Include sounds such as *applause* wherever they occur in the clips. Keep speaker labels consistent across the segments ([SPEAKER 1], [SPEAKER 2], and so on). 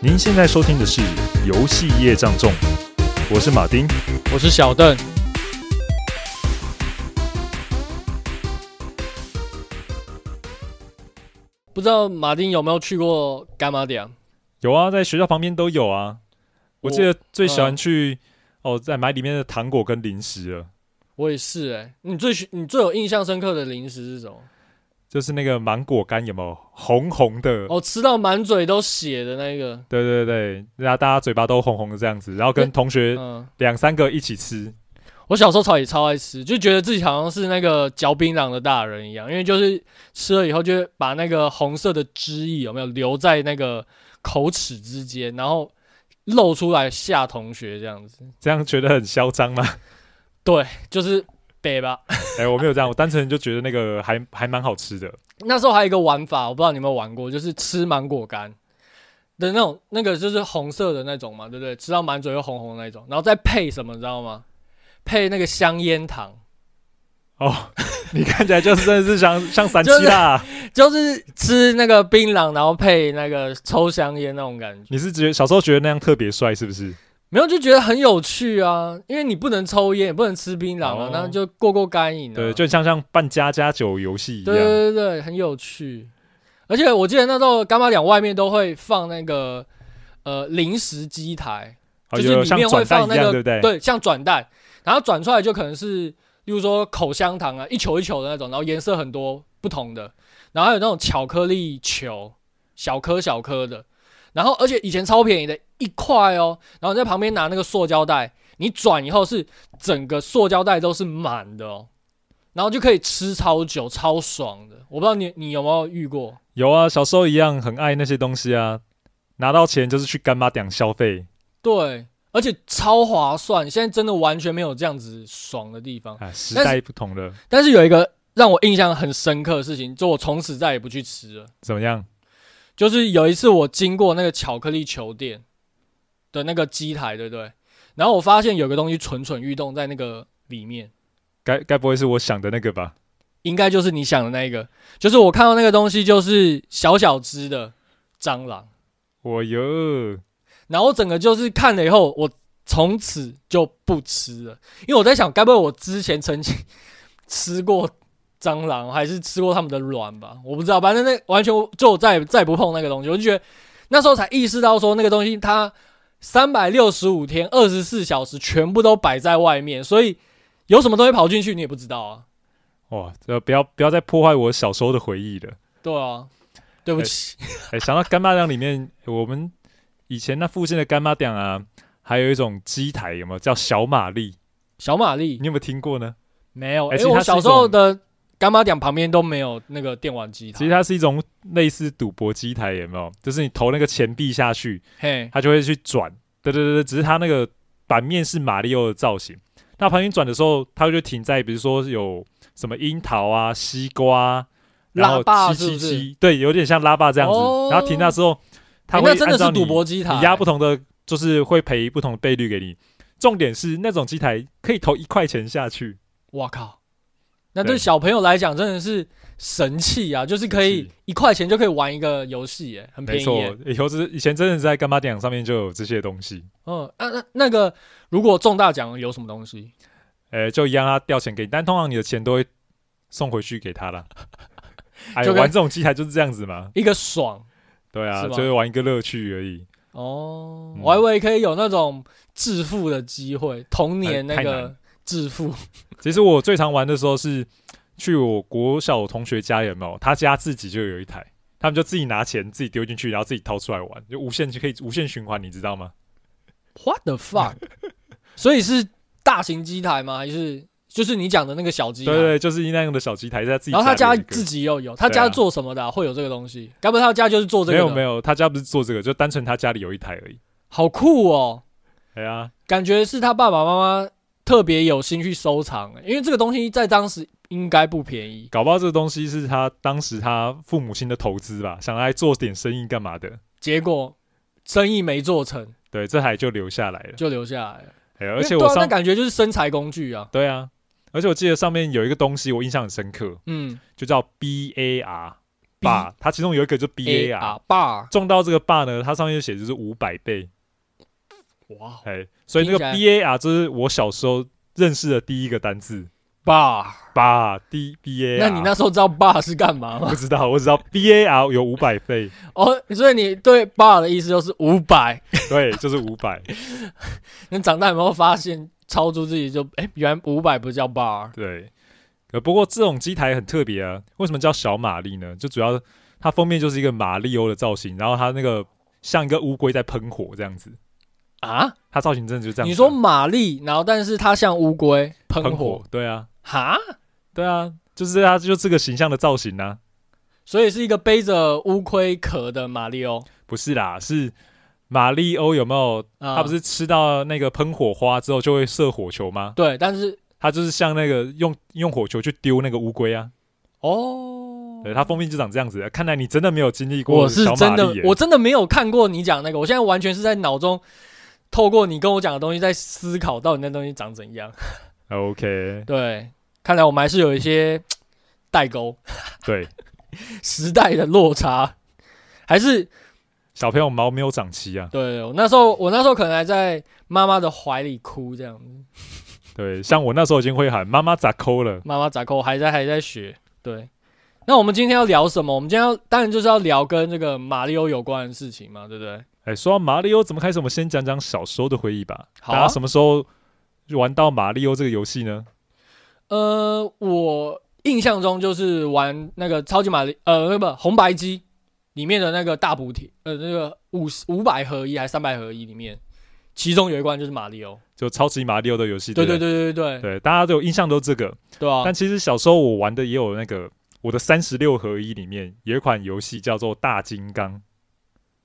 [SPEAKER 1] 您现在收听的是《游戏业障重》，我是马丁。
[SPEAKER 2] 我是小邓。不知道马丁有没有去过干马点？
[SPEAKER 1] 有啊，在学校旁边都有啊。我记得最喜欢
[SPEAKER 2] 嗯
[SPEAKER 1] 去、哦，在买里面的糖果跟零食了，
[SPEAKER 2] 我也是哎、你最喜你最有印象深刻的零食是什么？
[SPEAKER 1] 就是那个芒果干，有没有红红的？
[SPEAKER 2] 哦，吃到满嘴都血的那个。
[SPEAKER 1] 对对对，然后大家嘴巴都红红的这样子，然后跟
[SPEAKER 2] 那
[SPEAKER 1] 同学
[SPEAKER 2] 嗯，
[SPEAKER 1] 两三个一起吃。
[SPEAKER 2] 我小时候超也超爱吃，就觉得自己好像是那个嚼槟榔的大人一样，因为就是吃了以后，就会把那个红色的汁液有没有留在那个口齿之间，然后露出来吓同学这样子。
[SPEAKER 1] 这样觉得很嚣张吗？
[SPEAKER 2] *laughs* 对，就是北吧。 *laughs*
[SPEAKER 1] 哎、我没有这样，我单纯就觉得那个还还蛮好吃
[SPEAKER 2] *laughs*
[SPEAKER 1] 的。
[SPEAKER 2] 那时候还有一个玩法，我不知道你有没有玩过，就是吃芒果干的那种，那个就是红色的那种嘛，对不对？吃到满嘴又红红的那种，然后再配什么，你知道吗？配那个香烟糖，
[SPEAKER 1] 哦，你看起来就是真的是像像三七
[SPEAKER 2] 就是
[SPEAKER 1] 啦。
[SPEAKER 2] 就是吃那个槟榔，然后配那个抽香烟那种感觉。
[SPEAKER 1] 你是觉得小时候觉得那样特别帅是不是？
[SPEAKER 2] 没有就觉得很有趣啊，因为你不能抽烟，也不能吃槟榔
[SPEAKER 1] 哦
[SPEAKER 2] 啊，那就过过干瘾啊。
[SPEAKER 1] 对，就很像像办家家酒游戏一
[SPEAKER 2] 对
[SPEAKER 1] 样。
[SPEAKER 2] 对对对，很有趣。而且我记得那时候干妈两外面都会放那个呃零食机台，
[SPEAKER 1] 哦，
[SPEAKER 2] 就是
[SPEAKER 1] 有
[SPEAKER 2] 里
[SPEAKER 1] 像
[SPEAKER 2] 面
[SPEAKER 1] 转
[SPEAKER 2] 会
[SPEAKER 1] 蛋
[SPEAKER 2] 放
[SPEAKER 1] 一
[SPEAKER 2] 那
[SPEAKER 1] 样，
[SPEAKER 2] 个
[SPEAKER 1] 对不对？
[SPEAKER 2] 对，像转蛋，然后转出来就可能是，例如说口香糖啊，一球一球的那种，然后颜色很多不同的，然后还有那种巧克力球，小颗小颗的，然后而且以前超便宜的，一块哦，然后你在旁边拿那个塑胶袋，你转以后是整个塑胶袋都是满的哦，然后就可以吃超久，超爽的。我不知道你你有没有遇过？
[SPEAKER 1] 有啊，小时候一样很爱那些东西啊，拿到钱就是去干妈店消费。
[SPEAKER 2] 对，而且超划算，现在真的完全没有这样子爽的地方。
[SPEAKER 1] 啊，时
[SPEAKER 2] 哦但是
[SPEAKER 1] 代不同了，
[SPEAKER 2] 但是有一个让我印象很深刻的事情，就我从此再也不去吃了。
[SPEAKER 1] 怎么样？
[SPEAKER 2] 就是有一次我经过那个巧克力球店的那个机台，对不对？然后我发现有个东西蠢蠢欲动在那个里面，
[SPEAKER 1] 该该不会是我想的那个吧？
[SPEAKER 2] 应该就是你想的那一个。就是我看到那个东西，就是小小只的蟑螂，
[SPEAKER 1] 我哟，
[SPEAKER 2] 然后我整个就是看了以后，我从此就不吃了，因为我在想，该不会我之前曾经吃过蟑螂，还是吃过他们的卵吧？我不知道，反正那完全我就我再也再也不碰那个东西，我就觉得那时候才意识到说那个东西它三百六十五天、二十四小时全部都摆在外面，所以有什么东西跑进去你也不知道啊。
[SPEAKER 1] 哇，这不要不要再破坏我小时候的回忆了。
[SPEAKER 2] 对啊，对不起，
[SPEAKER 1] 哎、想到干妈店里面，我们以前那附近的干妈店啊，还有一种机台，有没有叫小玛丽？
[SPEAKER 2] 小玛丽
[SPEAKER 1] 你有没有听过呢？
[SPEAKER 2] 没有，
[SPEAKER 1] 哎
[SPEAKER 2] 因
[SPEAKER 1] 其
[SPEAKER 2] 为
[SPEAKER 1] 实它是
[SPEAKER 2] 我
[SPEAKER 1] 一种
[SPEAKER 2] 小时候的干妈店旁边都没有那个电玩机
[SPEAKER 1] 其实
[SPEAKER 2] 台，
[SPEAKER 1] 它是一种类似赌博机台，有没有？就是你投那个钱币下去，
[SPEAKER 2] 嘿，
[SPEAKER 1] 它就会去转。对对对对，只是它那个版面是马里奥的造型。那旁边转的时候，它就停在比如说有什么樱桃啊、西瓜啊、然后
[SPEAKER 2] 拉霸
[SPEAKER 1] 七
[SPEAKER 2] 是
[SPEAKER 1] 七
[SPEAKER 2] 不是
[SPEAKER 1] 七，对，有点像拉霸这样子。
[SPEAKER 2] 哦
[SPEAKER 1] 然后停那之后，它
[SPEAKER 2] 欸
[SPEAKER 1] 会
[SPEAKER 2] 那真的
[SPEAKER 1] 按照
[SPEAKER 2] 是
[SPEAKER 1] 你
[SPEAKER 2] 赌博机台，欸
[SPEAKER 1] 你压不同的就是会赔不同的倍率给你。重点是那种机台可以投一块钱下去，
[SPEAKER 2] 哇靠！那
[SPEAKER 1] 对
[SPEAKER 2] 对小朋友来讲真的是神器啊，就是可
[SPEAKER 1] 神
[SPEAKER 2] 以
[SPEAKER 1] 器
[SPEAKER 2] 一块钱就可以玩一个游戏耶，很
[SPEAKER 1] 没
[SPEAKER 2] 便宜欸
[SPEAKER 1] 错
[SPEAKER 2] 耶。。
[SPEAKER 1] 以后是以前真的是在干妈电影上面就有这些东西，
[SPEAKER 2] 嗯，那、那那个如果中大奖有什么东西？
[SPEAKER 1] 呃，就一样他掉钱给你，但通常你的钱都会送回去给他
[SPEAKER 2] *laughs*
[SPEAKER 1] 啦。哎，
[SPEAKER 2] 就跟
[SPEAKER 1] 玩这种机台就是这样子嘛，
[SPEAKER 2] 一个爽
[SPEAKER 1] 对啊，
[SPEAKER 2] 是吧
[SPEAKER 1] 就是玩一个乐趣而已。
[SPEAKER 2] 哦，
[SPEAKER 1] 嗯
[SPEAKER 2] 我还以为可以有那种致富的机会，童年
[SPEAKER 1] 哎
[SPEAKER 2] 那
[SPEAKER 1] 太
[SPEAKER 2] 个
[SPEAKER 1] 难
[SPEAKER 2] 致富。 *laughs*
[SPEAKER 1] 其实我最常玩的时候是去我国小同学家，有没有？他家自己就有一台，他们就自己拿钱自己丢进去，然后自己掏出来玩，就无限就可以无限循环，你知道吗？
[SPEAKER 2] What the fuck？所以是大型机台吗？还是就是你讲的那个小机台？
[SPEAKER 1] 对对，就是那样的小机台在自己。
[SPEAKER 2] 然后他家
[SPEAKER 1] 家
[SPEAKER 2] 自
[SPEAKER 1] 己
[SPEAKER 2] 己又有，他
[SPEAKER 1] 对啊
[SPEAKER 2] 家做什么的啊、会有这个东西？该不会他家就是做这
[SPEAKER 1] 没
[SPEAKER 2] 个的？
[SPEAKER 1] 有没有，他家不是做这个，就单纯他家里有一台而已。
[SPEAKER 2] 好酷哦！
[SPEAKER 1] 哎呀，
[SPEAKER 2] 感觉是他爸爸妈妈特别有心去收藏、欸因为这个东西在当时应该不便宜。
[SPEAKER 1] 搞不好这个东西是他当时他父母亲的投资吧，想来做点生意干嘛的。
[SPEAKER 2] 结果生意没做成，
[SPEAKER 1] 对，这台就留下来了。
[SPEAKER 2] 就留下来了。
[SPEAKER 1] 哎呀，而且
[SPEAKER 2] 因为
[SPEAKER 1] 我
[SPEAKER 2] 对啊，那
[SPEAKER 1] 上
[SPEAKER 2] 感觉就是生财工具啊。
[SPEAKER 1] 对 *laughs* 啊，而且我记得上面有一个东西我印象很深刻，
[SPEAKER 2] 嗯
[SPEAKER 1] 就叫 B A R bar，它其中有一个就 B A
[SPEAKER 2] 啊
[SPEAKER 1] R，
[SPEAKER 2] bar，
[SPEAKER 1] 撞到这个 bar 呢，它上面就写就是五百倍，
[SPEAKER 2] 哇
[SPEAKER 1] 哎，所以那个
[SPEAKER 2] 听
[SPEAKER 1] B A R 就是我小时候认识的第一个单字
[SPEAKER 2] ，bar，
[SPEAKER 1] bar D B A R。
[SPEAKER 2] 那你那时候知道 bar 是干嘛吗？
[SPEAKER 1] 不知道，我只知道 B A R 有五百倍，
[SPEAKER 2] 哦，所以你对 bar 的意思就是五百。
[SPEAKER 1] 对，就是五百，
[SPEAKER 2] 你长大有没有发现超出自己就哎、原来五百不叫 bar，
[SPEAKER 1] 对。呃，不过这种机台很特别啊，为什么叫小玛丽呢？就主要它封面就是一个马里欧的造型，然后它那个像一个乌龟在喷火这样子，
[SPEAKER 2] 啊？
[SPEAKER 1] 它造型真的就这样子啊。
[SPEAKER 2] 你说玛丽，然后但是它像乌龟喷
[SPEAKER 1] 喷
[SPEAKER 2] 火，
[SPEAKER 1] 火？对啊，
[SPEAKER 2] 哈，
[SPEAKER 1] 对啊，就是它就这个形象的造型啊，
[SPEAKER 2] 所以是一个背着乌龟壳的马里奥。
[SPEAKER 1] 不是啦，是马里欧有没有？
[SPEAKER 2] 啊
[SPEAKER 1] 他不是吃到那个喷火花之后就会射火球吗？
[SPEAKER 2] 对，但是
[SPEAKER 1] 他就是像那个用用火球去丢那个乌龟啊，
[SPEAKER 2] 哦，
[SPEAKER 1] 对，它封面就长这样子。看来你真的没有经历过
[SPEAKER 2] 我是
[SPEAKER 1] 小
[SPEAKER 2] 真
[SPEAKER 1] 玛
[SPEAKER 2] 的
[SPEAKER 1] 丽耶，
[SPEAKER 2] 我真的没有看过你讲那个，我现在完全是在脑中透过你跟我讲的东西在思考到底那东西长怎样。 *laughs*
[SPEAKER 1] OK，
[SPEAKER 2] 对，看来我们还是有一些代沟、 *laughs*
[SPEAKER 1] 对，
[SPEAKER 2] 时代的落差，还是
[SPEAKER 1] 小朋友毛没有长齐啊，
[SPEAKER 2] 对，我那时候我那时候可能还在妈妈的怀里哭这样子，
[SPEAKER 1] 对，像我那时候已经会喊妈妈咋抠了，
[SPEAKER 2] 妈妈咋扣还在还在学。对，那我们今天要聊什么？我们今天要当然就是要聊跟这个马里奥有关的事情嘛，对不对？
[SPEAKER 1] 哎，说到马里奥怎么开始，我们先讲讲小时候的回忆吧。
[SPEAKER 2] 好啊
[SPEAKER 1] 大家什么时候玩到马里奥这个游戏呢？
[SPEAKER 2] 呃，我印象中就是玩那个超级马里呃那个红白机里面的那个大补贴，呃那个五十五百合一还是三百合一里面，其中有一关就是马里奥。
[SPEAKER 1] 就超级马里奥的游戏，
[SPEAKER 2] 对
[SPEAKER 1] 对
[SPEAKER 2] 对
[SPEAKER 1] 不
[SPEAKER 2] 对对对对
[SPEAKER 1] 对，大家都有印象都这个。
[SPEAKER 2] 对啊
[SPEAKER 1] 但！其实小时候我玩的也有那个我的三十六合一里面有一款游戏叫做大金刚，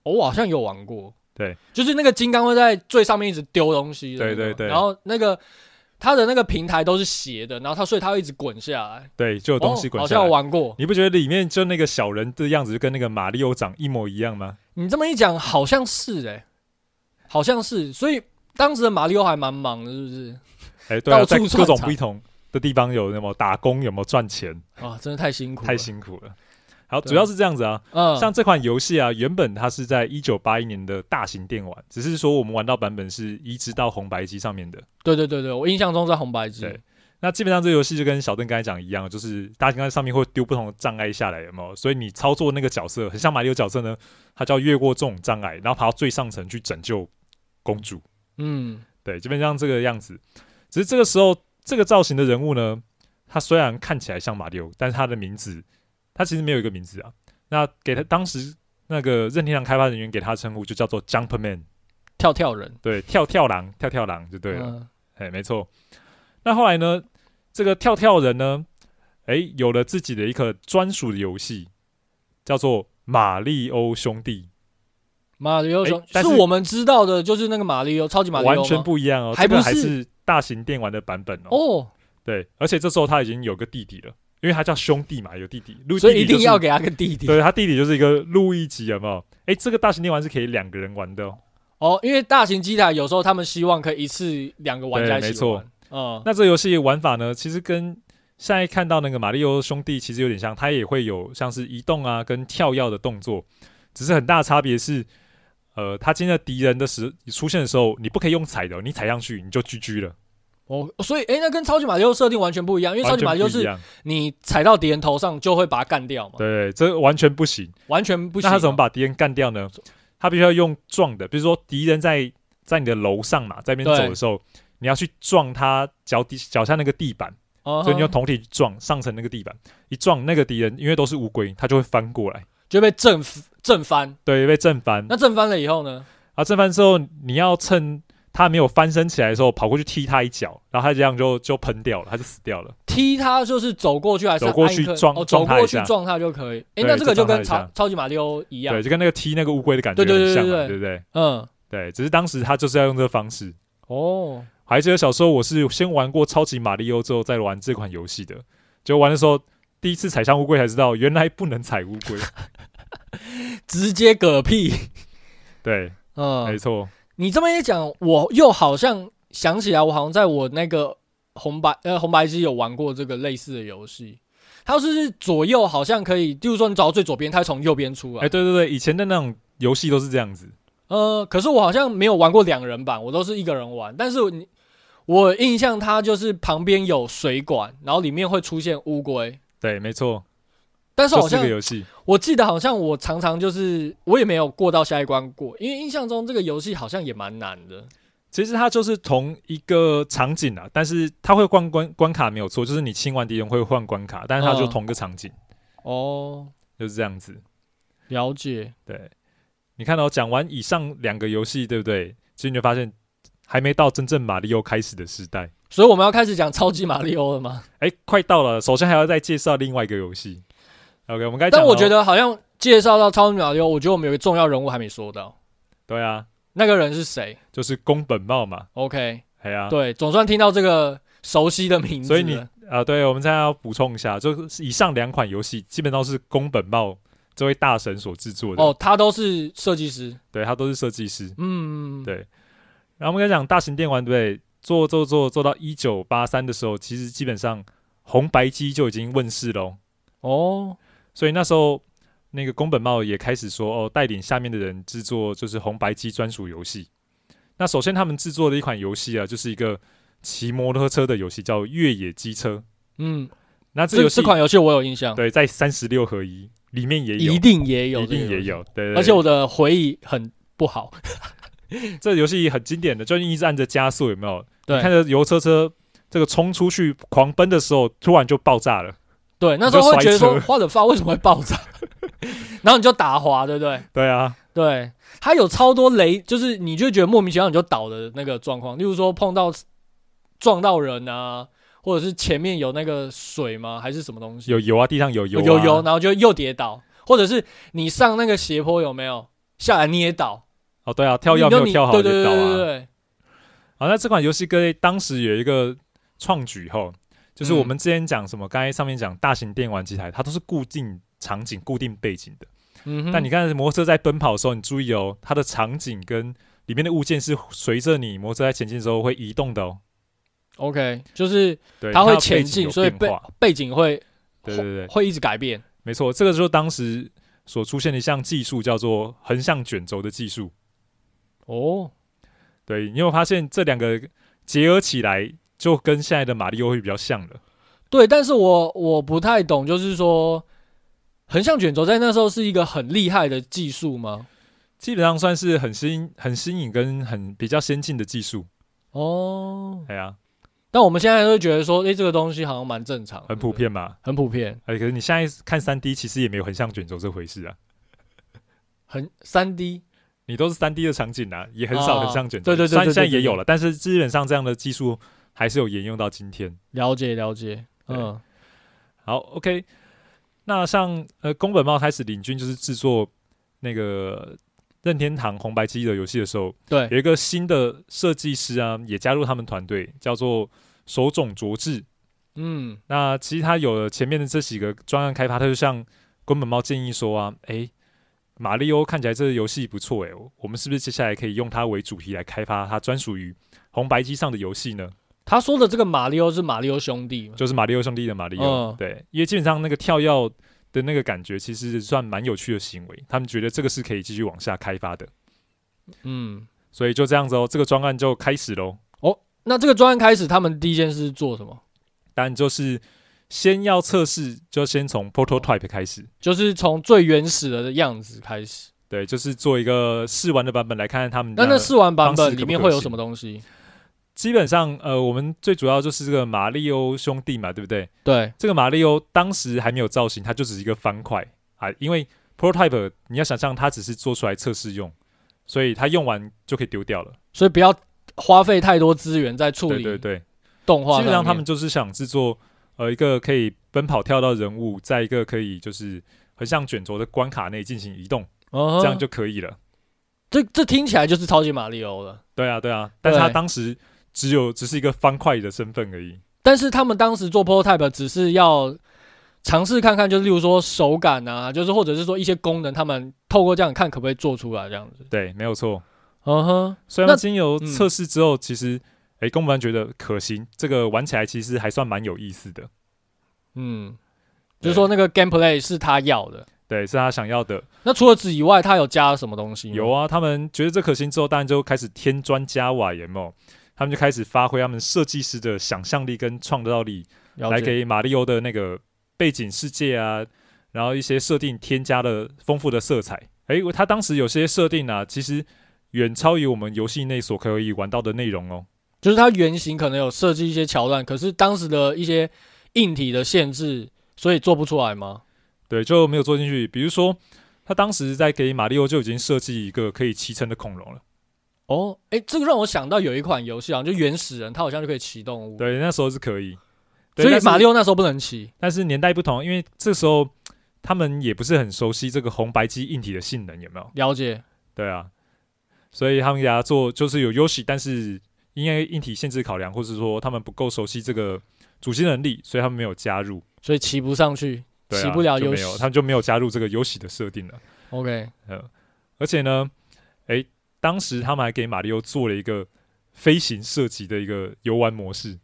[SPEAKER 2] 哦我好像有玩过，
[SPEAKER 1] 对，
[SPEAKER 2] 就是那个金刚会在最上面一直丢东西的那个，
[SPEAKER 1] 对对对
[SPEAKER 2] 然后那个它的那个平台都是斜的，然后它所以它会一直滚下来，
[SPEAKER 1] 对，就有东西
[SPEAKER 2] 哦
[SPEAKER 1] 滚
[SPEAKER 2] 好
[SPEAKER 1] 下
[SPEAKER 2] 像
[SPEAKER 1] 来。
[SPEAKER 2] 有玩过。
[SPEAKER 1] 你不觉得里面就那个小人的样子就跟那个马里奥长一模一样吗？
[SPEAKER 2] 你这么一讲，好像是哎、好像是，所以当时的马里奥还蛮忙的，是不是？
[SPEAKER 1] 哎、对、啊，
[SPEAKER 2] 到
[SPEAKER 1] 在
[SPEAKER 2] 处
[SPEAKER 1] 各
[SPEAKER 2] 串
[SPEAKER 1] 种
[SPEAKER 2] 场
[SPEAKER 1] 不同的地方有什么打工，有没有赚钱，
[SPEAKER 2] 啊，真的太辛苦，
[SPEAKER 1] 太，辛苦了。好，
[SPEAKER 2] 对
[SPEAKER 1] 主要是这样子啊，
[SPEAKER 2] 嗯，
[SPEAKER 1] 像这款游戏啊，原本它是在一九八一年的大型电玩，只是说我们玩到版本是移植到红白机上面的。
[SPEAKER 2] 对对对对，我印象中在红白机，
[SPEAKER 1] 对那基本上这个游戏就跟小邓刚才讲一样，就是大家在上面会丢不同的障碍下来，有没有？所以你操作那个角色，很像马里奥角色呢，他就要越过这种障碍，然后爬到最上层去拯救公主。
[SPEAKER 2] 嗯，
[SPEAKER 1] 对，基本上这个样子。只是这个时候，这个造型的人物呢，他虽然看起来像马里奥，但是他的名字，他其实没有一个名字啊。那给他当时那个任天堂开发人员给他的称呼就叫做 Jump Man，
[SPEAKER 2] 跳跳人，
[SPEAKER 1] 对，跳跳狼，跳跳狼就对了。
[SPEAKER 2] 嗯
[SPEAKER 1] 哎、没错。那后来呢，这个跳跳人呢，哎，有了自己的一个专属的游戏，叫做马里欧兄弟，
[SPEAKER 2] 马里奥
[SPEAKER 1] 哎
[SPEAKER 2] 兄
[SPEAKER 1] 但
[SPEAKER 2] 是
[SPEAKER 1] 是
[SPEAKER 2] 我们知道的，就是那个马里奥，超级马里奥吗，
[SPEAKER 1] 完全不一样哦，
[SPEAKER 2] 还
[SPEAKER 1] 这
[SPEAKER 2] 不
[SPEAKER 1] 个还
[SPEAKER 2] 是
[SPEAKER 1] 是大型电玩的版本哦。
[SPEAKER 2] 哦，
[SPEAKER 1] 对，而且这时候他已经有个弟弟了，因为他叫兄弟嘛，有弟弟，路
[SPEAKER 2] 所以一定要
[SPEAKER 1] 给
[SPEAKER 2] 给他个弟弟，
[SPEAKER 1] 对他弟弟就是一个路易吉，有没有？哎，这个大型电玩是可以两个人玩的、哦。
[SPEAKER 2] 哦，因为大型机台有时候他们希望可以一次两个玩家一
[SPEAKER 1] 对没
[SPEAKER 2] 起
[SPEAKER 1] 错
[SPEAKER 2] 玩，嗯，
[SPEAKER 1] 那这个游戏玩法呢，其实跟现在看到那个马里奥兄弟其实有点像，它也会有像是移动啊跟跳跃的动作，只是很大的差别是，呃，他今天的敌人的时出现的时候，你不可以用踩的哦，你踩上去你就 GG 了，
[SPEAKER 2] 哦，所以诶，那跟超级马里奥设定完全不一样，因为超级马
[SPEAKER 1] 完
[SPEAKER 2] 里
[SPEAKER 1] 全
[SPEAKER 2] 奥
[SPEAKER 1] 不一
[SPEAKER 2] 是
[SPEAKER 1] 样。
[SPEAKER 2] 你踩到敌人头上就会把他干掉嘛，
[SPEAKER 1] 对，这完全不行。
[SPEAKER 2] 完全不行。啊
[SPEAKER 1] 那他怎么？把敌人干掉呢？他必须要用撞的，比如说敌人在在你的楼上嘛，在那边
[SPEAKER 2] 对
[SPEAKER 1] 走的时候，你要去撞他脚底脚下那个地板，
[SPEAKER 2] 哦
[SPEAKER 1] 所以你用头体去撞上层那个地板，一撞那个敌人，因为都是乌龟，他就会翻过来，
[SPEAKER 2] 就被震震翻。
[SPEAKER 1] 对，被震翻。
[SPEAKER 2] 那震翻了以后呢？
[SPEAKER 1] 啊，震翻之后，你要趁他没有翻身起来的时候，跑过去踢他一脚，然后他这样就就喷掉了，他就死掉了。
[SPEAKER 2] 踢他就是走过去还是
[SPEAKER 1] 走过去
[SPEAKER 2] 按一个
[SPEAKER 1] 撞
[SPEAKER 2] 哦，走
[SPEAKER 1] 撞他
[SPEAKER 2] 过
[SPEAKER 1] 一
[SPEAKER 2] 去
[SPEAKER 1] 下
[SPEAKER 2] 撞他就可以。
[SPEAKER 1] 对
[SPEAKER 2] 诶，那这个就跟
[SPEAKER 1] 就撞他一
[SPEAKER 2] 超
[SPEAKER 1] 下
[SPEAKER 2] 超级马里奥一样
[SPEAKER 1] 对，，就跟那个踢那个乌龟的感觉
[SPEAKER 2] 对对对
[SPEAKER 1] 很像嘛，
[SPEAKER 2] 对对
[SPEAKER 1] 对不对？
[SPEAKER 2] 嗯，
[SPEAKER 1] 对，只是当时他就是要用这个方式。
[SPEAKER 2] 哦，
[SPEAKER 1] 还记得小时候我是先玩过超级马里奥之后再玩这款游戏的，就玩的时候第一次踩上乌龟才知道原来不能踩乌
[SPEAKER 2] *laughs*
[SPEAKER 1] 龟。
[SPEAKER 2] 直接嗝屁。
[SPEAKER 1] 对，没
[SPEAKER 2] 嗯，
[SPEAKER 1] 错，
[SPEAKER 2] 你这么一讲，我又好像想起来，我好像在我那个红白呃红白机有玩过这个类似的游戏，它是左右好像可以，例如说你找到最左边，它会从右边出
[SPEAKER 1] 哎、
[SPEAKER 2] 来。
[SPEAKER 1] 对对对，以前的那种游戏都是这样子。
[SPEAKER 2] 呃，可是我好像没有玩过两人版，我都是一个人玩。但是你我印象它就是旁边有水管，然后里面会出现乌龟，
[SPEAKER 1] 对，没错，
[SPEAKER 2] 但哦是好
[SPEAKER 1] 就是
[SPEAKER 2] 像
[SPEAKER 1] 个游戏。
[SPEAKER 2] 我记得好像我常常就是我也没有过到下一关过，因为印象中这个游戏好像也蛮难的。
[SPEAKER 1] 其实它就是同一个场景啊，但是它会换关关卡没有错，就是你清完敌人会换关卡，但是它就
[SPEAKER 2] 嗯
[SPEAKER 1] 同个场景，
[SPEAKER 2] 哦，
[SPEAKER 1] 就是这样子。
[SPEAKER 2] 了解。
[SPEAKER 1] 对，你看到、哦讲完以上两个游戏，对不对？其实你就发现还没到真正马里奥开始的时代，
[SPEAKER 2] 所以我们要开始讲超级马里奥了吗？
[SPEAKER 1] 哎、快到了。首先还要再介绍另外一个游戏。OK，我们该讲
[SPEAKER 2] 但
[SPEAKER 1] 了哦。
[SPEAKER 2] 我觉得好像介绍到超级马里奥，我觉得我们有个重要人物还没说到，
[SPEAKER 1] 对啊，
[SPEAKER 2] 那个人是谁
[SPEAKER 1] 就是宫本茂嘛，
[SPEAKER 2] ？OK，、
[SPEAKER 1] 哎呀、
[SPEAKER 2] 对，总算听到这个熟悉的名字
[SPEAKER 1] 所以你
[SPEAKER 2] 了
[SPEAKER 1] 啊、对，我们再要补充一下，就是以上两款游戏基本上是宫本茂这位大神所制作的，
[SPEAKER 2] 哦，他都是设计师。
[SPEAKER 1] 对他都是设计师。
[SPEAKER 2] 嗯，
[SPEAKER 1] 对然后我们刚才讲大型电玩，对不对？做做做做到一九八三的时候，其实基本上红白机就已经问世喽。
[SPEAKER 2] 哦，
[SPEAKER 1] 所以那时候那个宫本茂也开始说哦，带领下面的人制作就是红白机专属游戏。那首先他们制作的一款游戏啊，就是一个骑摩托车的游戏，叫《越野机车》。
[SPEAKER 2] 嗯，
[SPEAKER 1] 那这游
[SPEAKER 2] 这
[SPEAKER 1] 戏
[SPEAKER 2] 这款游戏我有印象，
[SPEAKER 1] 对，在三十六合一里面也有，
[SPEAKER 2] 一定也有，
[SPEAKER 1] 一定也，有。对对
[SPEAKER 2] 而且我的回忆很不好。
[SPEAKER 1] 这游戏很经典的，就一直按着加速，有没有？
[SPEAKER 2] 对
[SPEAKER 1] 你看着油车车这个冲出去狂奔的时候，突然就爆炸了。
[SPEAKER 2] 对，那时候
[SPEAKER 1] 你就
[SPEAKER 2] 会觉得
[SPEAKER 1] 摔
[SPEAKER 2] 说，
[SPEAKER 1] 车
[SPEAKER 2] 花的发为什么会爆炸？ *laughs* 然后你就打滑，对不对？
[SPEAKER 1] 对啊，
[SPEAKER 2] 对，它有超多雷，就是你就觉得莫名其妙你就倒的那个状况，例如说碰到撞到人啊，或者是前面有那个水吗？还是什么东西？
[SPEAKER 1] 有油啊，地上有油、啊，
[SPEAKER 2] 有有，然后就又跌倒，或者是你上那个斜坡有没有下来你也倒，
[SPEAKER 1] 哦，对啊，跳跃没有
[SPEAKER 2] 你就你
[SPEAKER 1] 跳好
[SPEAKER 2] 对
[SPEAKER 1] 跌
[SPEAKER 2] 对
[SPEAKER 1] 倒
[SPEAKER 2] 对对
[SPEAKER 1] 啊。
[SPEAKER 2] 对，
[SPEAKER 1] 好，那这款游戏跟当时有一个创举后，就是
[SPEAKER 2] 嗯
[SPEAKER 1] 我们之前讲什么，刚才上面讲大型电玩机台，它都是固定场景、固定背景的。
[SPEAKER 2] 嗯哼，
[SPEAKER 1] 但你看摩托车在奔跑的时候，你注意哦，它的场景跟里面的物件是随着你摩托车在前进的时候会移动的哦。
[SPEAKER 2] OK，就是
[SPEAKER 1] 对，
[SPEAKER 2] 它会
[SPEAKER 1] 的背
[SPEAKER 2] 前
[SPEAKER 1] 景
[SPEAKER 2] 进，
[SPEAKER 1] 有
[SPEAKER 2] 所以
[SPEAKER 1] 变
[SPEAKER 2] 背
[SPEAKER 1] 化
[SPEAKER 2] 背景会
[SPEAKER 1] 对对对，
[SPEAKER 2] 会一直改变。
[SPEAKER 1] 没错，这个就是当时所出现的一项技术，叫做横向卷轴的技术。
[SPEAKER 2] 哦，
[SPEAKER 1] 对，你有没有发现这两个结合起来，就跟现在的马里奥会比较像了。
[SPEAKER 2] 对，但是我我不太懂，就是说，横向卷轴在那时候是一个很厉害的技术吗？
[SPEAKER 1] 基本上算是很新、很新颖跟很比较先进的技术。
[SPEAKER 2] 哦，
[SPEAKER 1] 哎呀、
[SPEAKER 2] 但我们现在都会觉得说，诶，这个东西好像蛮正常，
[SPEAKER 1] 很普，遍嘛。
[SPEAKER 2] 很普遍，
[SPEAKER 1] 哎、可是你现在看三 D，其实也没有横向卷轴这回事啊。
[SPEAKER 2] 很三 D
[SPEAKER 1] 你都是三 D 的场景啊，也很少
[SPEAKER 2] 哦
[SPEAKER 1] 横向卷轴。
[SPEAKER 2] 对对对
[SPEAKER 1] 虽然
[SPEAKER 2] 对对
[SPEAKER 1] 现在也
[SPEAKER 2] 对
[SPEAKER 1] 有了，但是基本上这样的技术还是有沿用到今天。
[SPEAKER 2] 了解了解，嗯，
[SPEAKER 1] 好，OK。那像呃，宫本茂开始领军就是制作那个任天堂红白机的游戏的时候，
[SPEAKER 2] 对，
[SPEAKER 1] 有一个新的设计师啊，也加入他们团队，叫做手冢卓志。
[SPEAKER 2] 嗯，
[SPEAKER 1] 那其实他有了前面的这几个专案开发，他就像宫本茂建议说啊，诶，马里欧看起来这个游戏不错，诶，我们是不是接下来可以用它为主题来开发它专属于红白机上的游戏呢？
[SPEAKER 2] 他说的这个马里奥是马里奥兄弟嘛，
[SPEAKER 1] 就是马里奥兄弟的马里奥，
[SPEAKER 2] 嗯
[SPEAKER 1] 对，因为基本上那个跳跃的那个感觉，其实算蛮有趣的行为，他们觉得这个是可以继续往下开发的，
[SPEAKER 2] 嗯，
[SPEAKER 1] 所以就这样子哦，这个专案就开始喽。
[SPEAKER 2] 那这个专案开始，他们第一件事是做什么？
[SPEAKER 1] 当然就是先要测试，就先从 prototype 开始，
[SPEAKER 2] 就是从最原始的样子开始。
[SPEAKER 1] 对，就是做一个试玩的版本来看看他们
[SPEAKER 2] 那
[SPEAKER 1] 的。
[SPEAKER 2] 那试玩版
[SPEAKER 1] 方式
[SPEAKER 2] 本
[SPEAKER 1] 可
[SPEAKER 2] 里
[SPEAKER 1] 不
[SPEAKER 2] 面
[SPEAKER 1] 可
[SPEAKER 2] 会有
[SPEAKER 1] 行
[SPEAKER 2] 什么东西？
[SPEAKER 1] 基本上，呃，我们最主要就是这个马里欧兄弟嘛，对不对？
[SPEAKER 2] 对，
[SPEAKER 1] 这个马里欧当时还没有造型，它就只是一个方块啊，因为 prototype 你要想象它只是做出来测试用，所以它用完就可以丢掉了。
[SPEAKER 2] 所以不要花费太多资源在处
[SPEAKER 1] 对
[SPEAKER 2] 理
[SPEAKER 1] 对对，基
[SPEAKER 2] 动画上面。
[SPEAKER 1] 本上他们就是想制作呃一个可以奔跑跳到人物，在一个可以就是横向卷轴的关卡内进行移动，
[SPEAKER 2] 哦，
[SPEAKER 1] 这样就可以了。
[SPEAKER 2] 这这听起来就是超级马里奥了。
[SPEAKER 1] 对啊，对啊，但是他
[SPEAKER 2] 对
[SPEAKER 1] 当时只有只是一个方块的身份而已。
[SPEAKER 2] 但是他们当时做 prototype 只是要尝试看看，就是例如说手感啊，就是或者是说一些功能，他们透过这样看可不可以做出来这样子。
[SPEAKER 1] 对，没有错。
[SPEAKER 2] 嗯哼，
[SPEAKER 1] 虽
[SPEAKER 2] 那
[SPEAKER 1] 然经由
[SPEAKER 2] 嗯
[SPEAKER 1] 测试之后，其实诶，公班觉得可行，这个玩起来其实还算蛮有意思的。
[SPEAKER 2] 嗯，就是说那个 gameplay 是他要的。
[SPEAKER 1] 对，是他想要的。
[SPEAKER 2] 那除了纸以外，他有加了什么东西吗？
[SPEAKER 1] 有啊，他们觉得这可行之后，当然就开始添砖加瓦，有没有？他们就开始发挥他们设计师的想象力跟创造力，
[SPEAKER 2] 了
[SPEAKER 1] 来
[SPEAKER 2] 解
[SPEAKER 1] 给马里欧的那个背景世界啊，然后一些设定添加了丰富的色彩。诶，他当时有些设定啊，其实远超于我们游戏内所可以玩到的内容哦。
[SPEAKER 2] 就是它原型可能有设计一些桥段，可是当时的一些硬体的限制，所以做不出来吗？
[SPEAKER 1] 对，就没有做进去。比如说，他当时在给马里欧就已经设计一个可以骑乘的恐龙了。
[SPEAKER 2] 哦，哎、这个让我想到有一款游戏啊，就原始人，他好像就可以骑动物，
[SPEAKER 1] 对，那时候是可以。对
[SPEAKER 2] 所以
[SPEAKER 1] 但是
[SPEAKER 2] 马里奥那时候不能骑。
[SPEAKER 1] 但是年代不同，因为这时候他们也不是很熟悉这个红白机硬体的性能，有没有？
[SPEAKER 2] 了解，
[SPEAKER 1] 对啊，所以他们给他做就是有优势，但是因为硬体限制考量，或是说他们不够熟悉这个主机能力，所以他们没有加入，
[SPEAKER 2] 所以骑不上去，
[SPEAKER 1] 对啊
[SPEAKER 2] 骑不了
[SPEAKER 1] 就
[SPEAKER 2] 游
[SPEAKER 1] 没
[SPEAKER 2] 戏
[SPEAKER 1] 有，。他们就没有加入这个游戏的设定了。
[SPEAKER 2] OK，
[SPEAKER 1] 呃，而且呢，诶，当时他们还给马里奥做了一个飞行射击的一个游玩模式，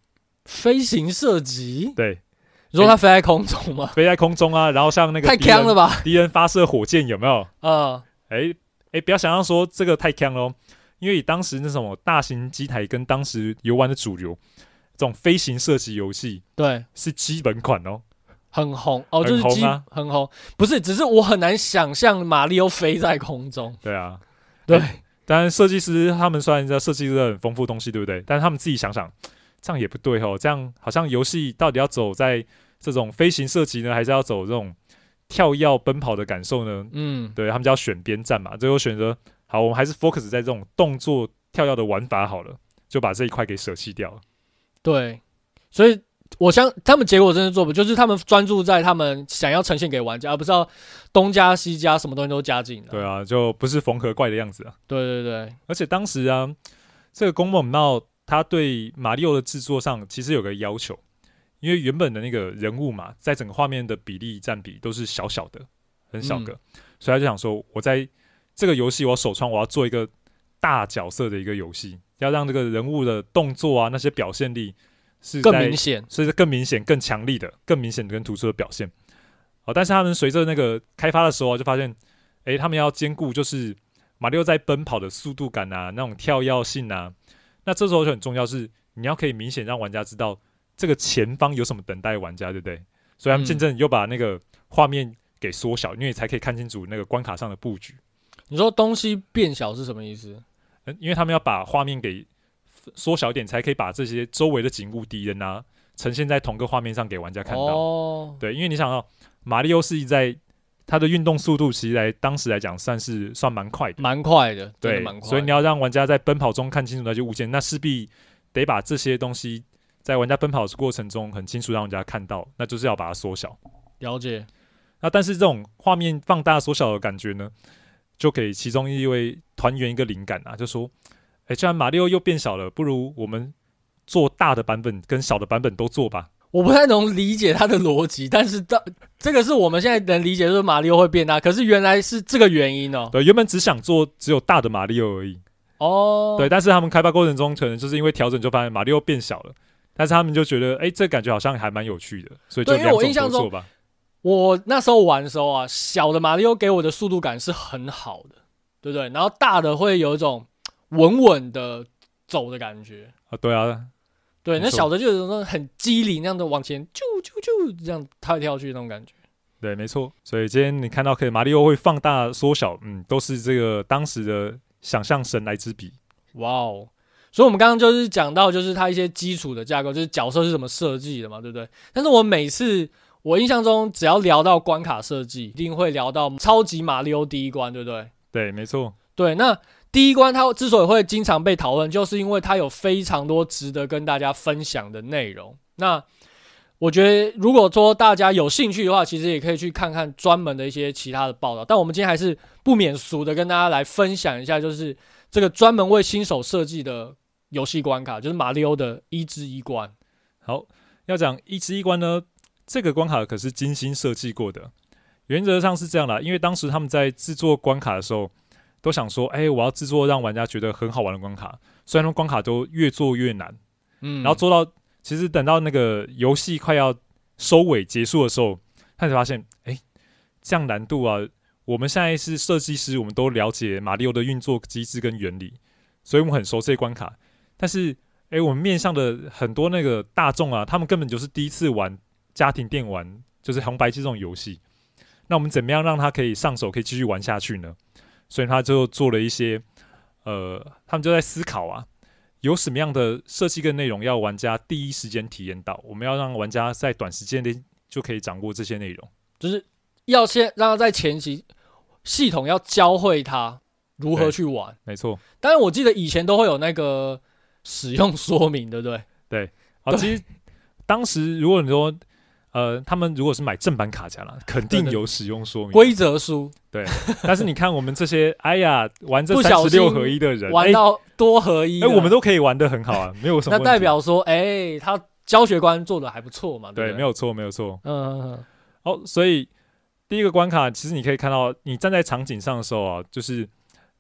[SPEAKER 2] 飞行射击，
[SPEAKER 1] 对，
[SPEAKER 2] 你说它飞在空中吗？
[SPEAKER 1] 飞在空中啊，然后像那个
[SPEAKER 2] 太
[SPEAKER 1] 敌人嗯
[SPEAKER 2] 强了吧？
[SPEAKER 1] 敌人发射火箭有没有？
[SPEAKER 2] 啊、
[SPEAKER 1] 诶诶，不要想象说这个太强喽，因为以当时那什么大型机台跟当时游玩的主流这种飞行射击游戏
[SPEAKER 2] 对，
[SPEAKER 1] 是基本款哦。
[SPEAKER 2] 很红哦，
[SPEAKER 1] 很
[SPEAKER 2] 就是
[SPEAKER 1] 红
[SPEAKER 2] 基
[SPEAKER 1] 啊
[SPEAKER 2] 很红，不是，只是我很难想象马里奥飞在空中。
[SPEAKER 1] 对啊，
[SPEAKER 2] 对，
[SPEAKER 1] 当然设计师他们虽然在设计了很丰富的东西，对不对？但是他们自己想想，这样也不对哦，这样好像游戏到底要走在这种飞行射击呢，还是要走这种跳跃奔跑的感受呢？
[SPEAKER 2] 嗯，
[SPEAKER 1] 对他们就要选边站嘛，最后选择好，我们还是 focus 在这种动作跳跃的玩法好了，就把这一块给舍弃掉了。
[SPEAKER 2] 对，所以我相他们结果真的做不，就是他们专注在他们想要呈现给玩家，而啊不是要东加西加，什么东西都加进来。
[SPEAKER 1] 对啊，就不是缝合怪的样子啊。
[SPEAKER 2] 对对对，
[SPEAKER 1] 而且当时啊，这个宫本茂他对马里奥的制作上其实有个要求，因为原本的那个人物嘛，在整个画面的比例占比都是小小的，很小个，所以他就想说，我在这个游戏我首创我要做一个大角色的一个游戏，要让这个人物的动作啊那些表现力是
[SPEAKER 2] 更
[SPEAKER 1] 在
[SPEAKER 2] 明显。
[SPEAKER 1] 所以是更明显、更强力的、更明显的跟突出的表现。好，但是他们随着那个开发的时候啊，就发现，诶，他们要兼顾就是马里奥在奔跑的速度感啊，那种跳跃性啊，那这时候就很重要是，你要可以明显让玩家知道这个前方有什么等待玩家，对不对？所以他们
[SPEAKER 2] 嗯
[SPEAKER 1] 渐渐又把那个画面给缩小，因为才可以看清楚那个关卡上的布局。
[SPEAKER 2] 你说东西变小是什么意思？
[SPEAKER 1] 嗯，因为他们要把画面给缩小一点，才可以把这些周围的景物、敌人啊，呈现在同个画面上给玩家看到。
[SPEAKER 2] 哦，
[SPEAKER 1] 对，因为你想到马里奥是在他的运动速度，其实来当时来讲算是算蛮快的，
[SPEAKER 2] 蛮快的，嗯真的
[SPEAKER 1] 对
[SPEAKER 2] 蛮快的。
[SPEAKER 1] 所以你要让玩家在奔跑中看清楚那些物件，那势必得把这些东西在玩家奔跑的过程中很清楚让玩家看到，那就是要把它缩小。
[SPEAKER 2] 了解，
[SPEAKER 1] 那但是这种画面放大缩小的感觉呢，就给其中一位团员一个灵感啊，就说：“哎，既然马里奥又变小了，不如我们做大的版本跟小的版本都做吧。”
[SPEAKER 2] 我不太能理解他的逻辑，但是到这个是我们现在能理解，就是马里奥会变大，可是原来是这个原因哦。
[SPEAKER 1] 对，原本只想做只有大的马里奥而已，
[SPEAKER 2] 哦，
[SPEAKER 1] 对，，但是他们开发过程中，可能就是因为调整，就发现马里奥变小了。但是他们就觉得，哎、这感觉好像还蛮有趣的，所以就
[SPEAKER 2] 对因为
[SPEAKER 1] 两
[SPEAKER 2] 我
[SPEAKER 1] 种
[SPEAKER 2] 印象
[SPEAKER 1] 合
[SPEAKER 2] 中
[SPEAKER 1] 作吧。
[SPEAKER 2] 我那时候玩的时候啊，小的马里奥给我的速度感是很好的，对不对？然后大的会有一种稳稳的走的感觉，
[SPEAKER 1] 啊，对啊，
[SPEAKER 2] 对，
[SPEAKER 1] 没
[SPEAKER 2] 那
[SPEAKER 1] 错
[SPEAKER 2] 小的就有那种很机灵那样的往前啾啾啾这样跳来跳去那种感觉。
[SPEAKER 1] 对，没错。所以今天你看到可以马里奥会放大、缩小，嗯，都是这个当时的想象神来之笔。
[SPEAKER 2] 哇哦！所以我们刚刚就是讲到，就是它一些基础的架构，就是角色是怎么设计的嘛，对不对？但是我每次我印象中，只要聊到关卡设计，一定会聊到超级马里奥第一关，对不对？
[SPEAKER 1] 对，没错，
[SPEAKER 2] 对，那第一关它之所以会经常被讨论，就是因为它有非常多值得跟大家分享的内容。那我觉得，如果说大家有兴趣的话，其实也可以去看看专门的一些其他的报道。但我们今天还是不免俗的跟大家来分享一下，就是这个专门为新手设计的游戏关卡，就是马里奥的一至一关。
[SPEAKER 1] 好，要讲一之一关呢，这个关卡可是精心设计过的。原则上是这样啦，因为当时他们在制作关卡的时候，都想说，哎、我要制作让玩家觉得很好玩的关卡。虽然说关卡都越做越难，
[SPEAKER 2] 嗯
[SPEAKER 1] 然后做到其实等到那个游戏快要收尾结束的时候，他才发现，哎、这样难度啊！我们现在是设计师，我们都了解马里奥的运作机制跟原理，所以我们很熟这些关卡。但是，哎、我们面向的很多那个大众啊，他们根本就是第一次玩家庭电玩，就是红白机这种游戏。那我们怎么样让他可以上手，可以继续玩下去呢？所以他就做了一些，呃，他们就在思考啊，有什么样的设计跟内容要玩家第一时间体验到？我们要让玩家在短时间内就可以掌握这些内容。
[SPEAKER 2] 就是要先让他在前期系统要教会他如何
[SPEAKER 1] 对
[SPEAKER 2] 去玩。
[SPEAKER 1] 没错，
[SPEAKER 2] 但是我记得以前都会有那个使用说明，对不对？
[SPEAKER 1] 好，
[SPEAKER 2] 对
[SPEAKER 1] 其实当时如果你说，呃，他们如果是买正版卡夹啦，肯定
[SPEAKER 2] 对对
[SPEAKER 1] 有使用说明。
[SPEAKER 2] 规则书
[SPEAKER 1] 但是你看我们这些，哎呀，玩这
[SPEAKER 2] 不
[SPEAKER 1] 三
[SPEAKER 2] 小
[SPEAKER 1] 十
[SPEAKER 2] 心
[SPEAKER 1] 六合一的人，
[SPEAKER 2] 玩
[SPEAKER 1] 哎
[SPEAKER 2] 到多合一
[SPEAKER 1] 哎、
[SPEAKER 2] 的，
[SPEAKER 1] 我们都可以玩的很好啊，没有什么
[SPEAKER 2] 那
[SPEAKER 1] 问题。
[SPEAKER 2] 代表说，哎，他教学观做的还不错嘛，
[SPEAKER 1] 对，
[SPEAKER 2] 不
[SPEAKER 1] 没
[SPEAKER 2] 对？
[SPEAKER 1] 有错，没有错。
[SPEAKER 2] 嗯，嗯，嗯
[SPEAKER 1] 哦，所以第一个关卡，其实你可以看到，你站在场景上的时候啊，就是，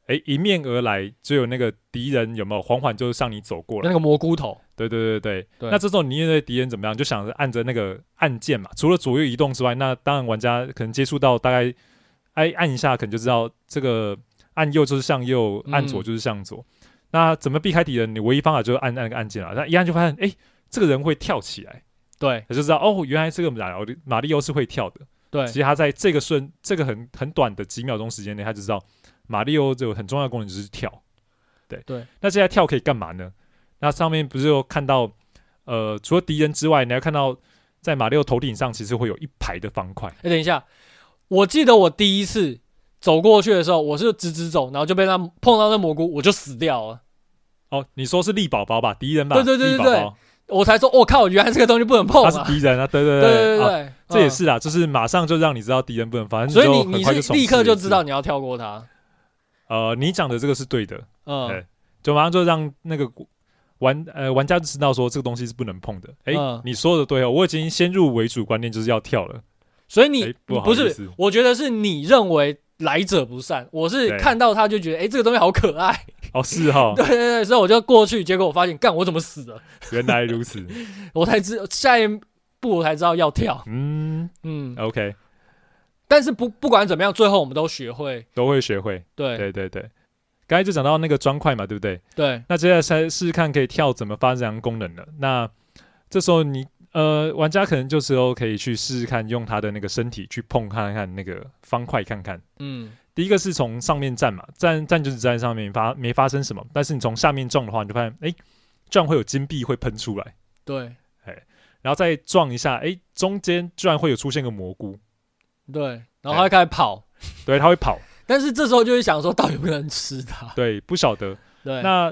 [SPEAKER 1] 哎、迎面而来，只有那个敌人有没有缓缓就向你走过来
[SPEAKER 2] 那。个蘑菇头，
[SPEAKER 1] 对对对对
[SPEAKER 2] 对
[SPEAKER 1] 那这时候你面对敌人怎么样？就想着按着那个按键嘛，除了左右移动之外，那当然玩家可能接触到大概哎按一下，可能就知道这个按右就是向右，
[SPEAKER 2] 嗯
[SPEAKER 1] 按左就是向左。那怎么避开敌人？你唯一方法就是按按那个按键啊。那一按就发现，哎、这个人会跳起来，
[SPEAKER 2] 对
[SPEAKER 1] 他就知道哦，原来这个马里马里奥是会跳的。
[SPEAKER 2] 对
[SPEAKER 1] 其实他在这个瞬这个很很短的几秒钟时间内，他就知道马里奥有很重要的功能就是跳。对
[SPEAKER 2] 对，
[SPEAKER 1] 那现在跳可以干嘛呢？那上面不是有看到，呃，除了敌人之外，你还看到在马里奥头顶上其实会有一排的方块。
[SPEAKER 2] 哎，等一下，我记得我第一次走过去的时候，我是直直走，然后就被他碰到那蘑菇，我就死掉了。
[SPEAKER 1] 哦，你说是力宝宝吧？敌人吧？
[SPEAKER 2] 对对对哦
[SPEAKER 1] 力宝
[SPEAKER 2] 对对
[SPEAKER 1] 宝
[SPEAKER 2] 我才说，我、靠，原来这个东西不能碰
[SPEAKER 1] 他
[SPEAKER 2] 啊！
[SPEAKER 1] 是敌人啊！对对
[SPEAKER 2] 对对
[SPEAKER 1] 啊
[SPEAKER 2] 对，
[SPEAKER 1] 这也
[SPEAKER 2] 嗯
[SPEAKER 1] 是啦，就是马上就让你知道敌人不能发，反正
[SPEAKER 2] 所以
[SPEAKER 1] 就
[SPEAKER 2] 你
[SPEAKER 1] 很快
[SPEAKER 2] 你
[SPEAKER 1] 就是重
[SPEAKER 2] 立刻
[SPEAKER 1] 视
[SPEAKER 2] 就
[SPEAKER 1] 一
[SPEAKER 2] 知
[SPEAKER 1] 次
[SPEAKER 2] 道。你要跳过它，
[SPEAKER 1] 呃，你讲的这个是对的，
[SPEAKER 2] 嗯
[SPEAKER 1] 对，就马上就让那个玩呃玩家就知道说这个东西是不能碰的。哎、
[SPEAKER 2] 嗯
[SPEAKER 1] 你说的对哦，我已经先入为主观念就是要跳了。
[SPEAKER 2] 所以你、
[SPEAKER 1] 哎不
[SPEAKER 2] 不
[SPEAKER 1] 好意
[SPEAKER 2] 是
[SPEAKER 1] 思，
[SPEAKER 2] 我觉得是你认为来者不善，我是
[SPEAKER 1] 对
[SPEAKER 2] 看到他就觉得，哎、这个东西好可爱，
[SPEAKER 1] 哦， *laughs* 是哈、
[SPEAKER 2] 对对对，所以我就过去，结果我发现，干，我怎么死了？ *laughs*
[SPEAKER 1] 原来如此。
[SPEAKER 2] 我才知下一步我才知道要跳，
[SPEAKER 1] 嗯
[SPEAKER 2] 嗯，
[SPEAKER 1] ，OK，
[SPEAKER 2] 但是不不管怎么样，最后我们都学会，
[SPEAKER 1] 都会学会。
[SPEAKER 2] 对对
[SPEAKER 1] 对对对，刚才就讲到那个砖块嘛，对不对？
[SPEAKER 2] 对
[SPEAKER 1] 那接下来再试试看可以跳怎么发展功能了。那这时候你呃，玩家可能就时候可以去试试看，用他的那个身体去碰看看那个方块看看。
[SPEAKER 2] 嗯，
[SPEAKER 1] 第一个是从上面站嘛，站站就是站在上面发没发生什么，但是你从下面撞的话，你就发现哎、诶撞会有金币会喷出来，
[SPEAKER 2] 对
[SPEAKER 1] 然后再撞一下，哎、中间居然会有出现个蘑菇，
[SPEAKER 2] 对，然后他就开始跑，
[SPEAKER 1] 对，它会跑，
[SPEAKER 2] 但是这时候就会想说，到底有没有人吃它？
[SPEAKER 1] 对，不晓得。
[SPEAKER 2] 对，
[SPEAKER 1] 那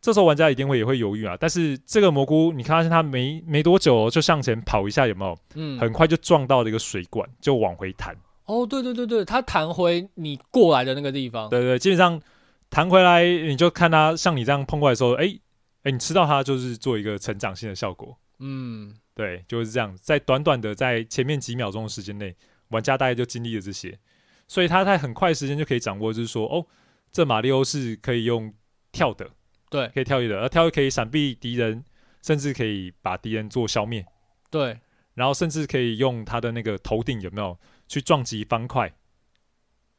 [SPEAKER 1] 这时候玩家一定会也会犹豫啊，但是这个蘑菇你看发现它没没多久、哦、就向前跑一下，有没有？
[SPEAKER 2] 嗯，
[SPEAKER 1] 很快就撞到了一个水管，就往回弹，
[SPEAKER 2] 哦，对对对对，他弹回你过来的那个地方，
[SPEAKER 1] 对对，基本上弹回来你就看它像你这样碰过来的时候，哎、诶哎、你吃到它就是做一个成长性的效果。
[SPEAKER 2] 嗯。
[SPEAKER 1] 对，就是这样，在短短的在前面几秒钟的时间内，玩家大概就经历了这些，所以他在很快时间就可以掌握，就是说，哦，这马里奥是可以用跳的，
[SPEAKER 2] 对
[SPEAKER 1] 可以跳跃的，而跳跃可以闪避敌人，甚至可以把敌人做消灭，
[SPEAKER 2] 对，
[SPEAKER 1] 然后甚至可以用他的那个头顶有没有去撞击方块，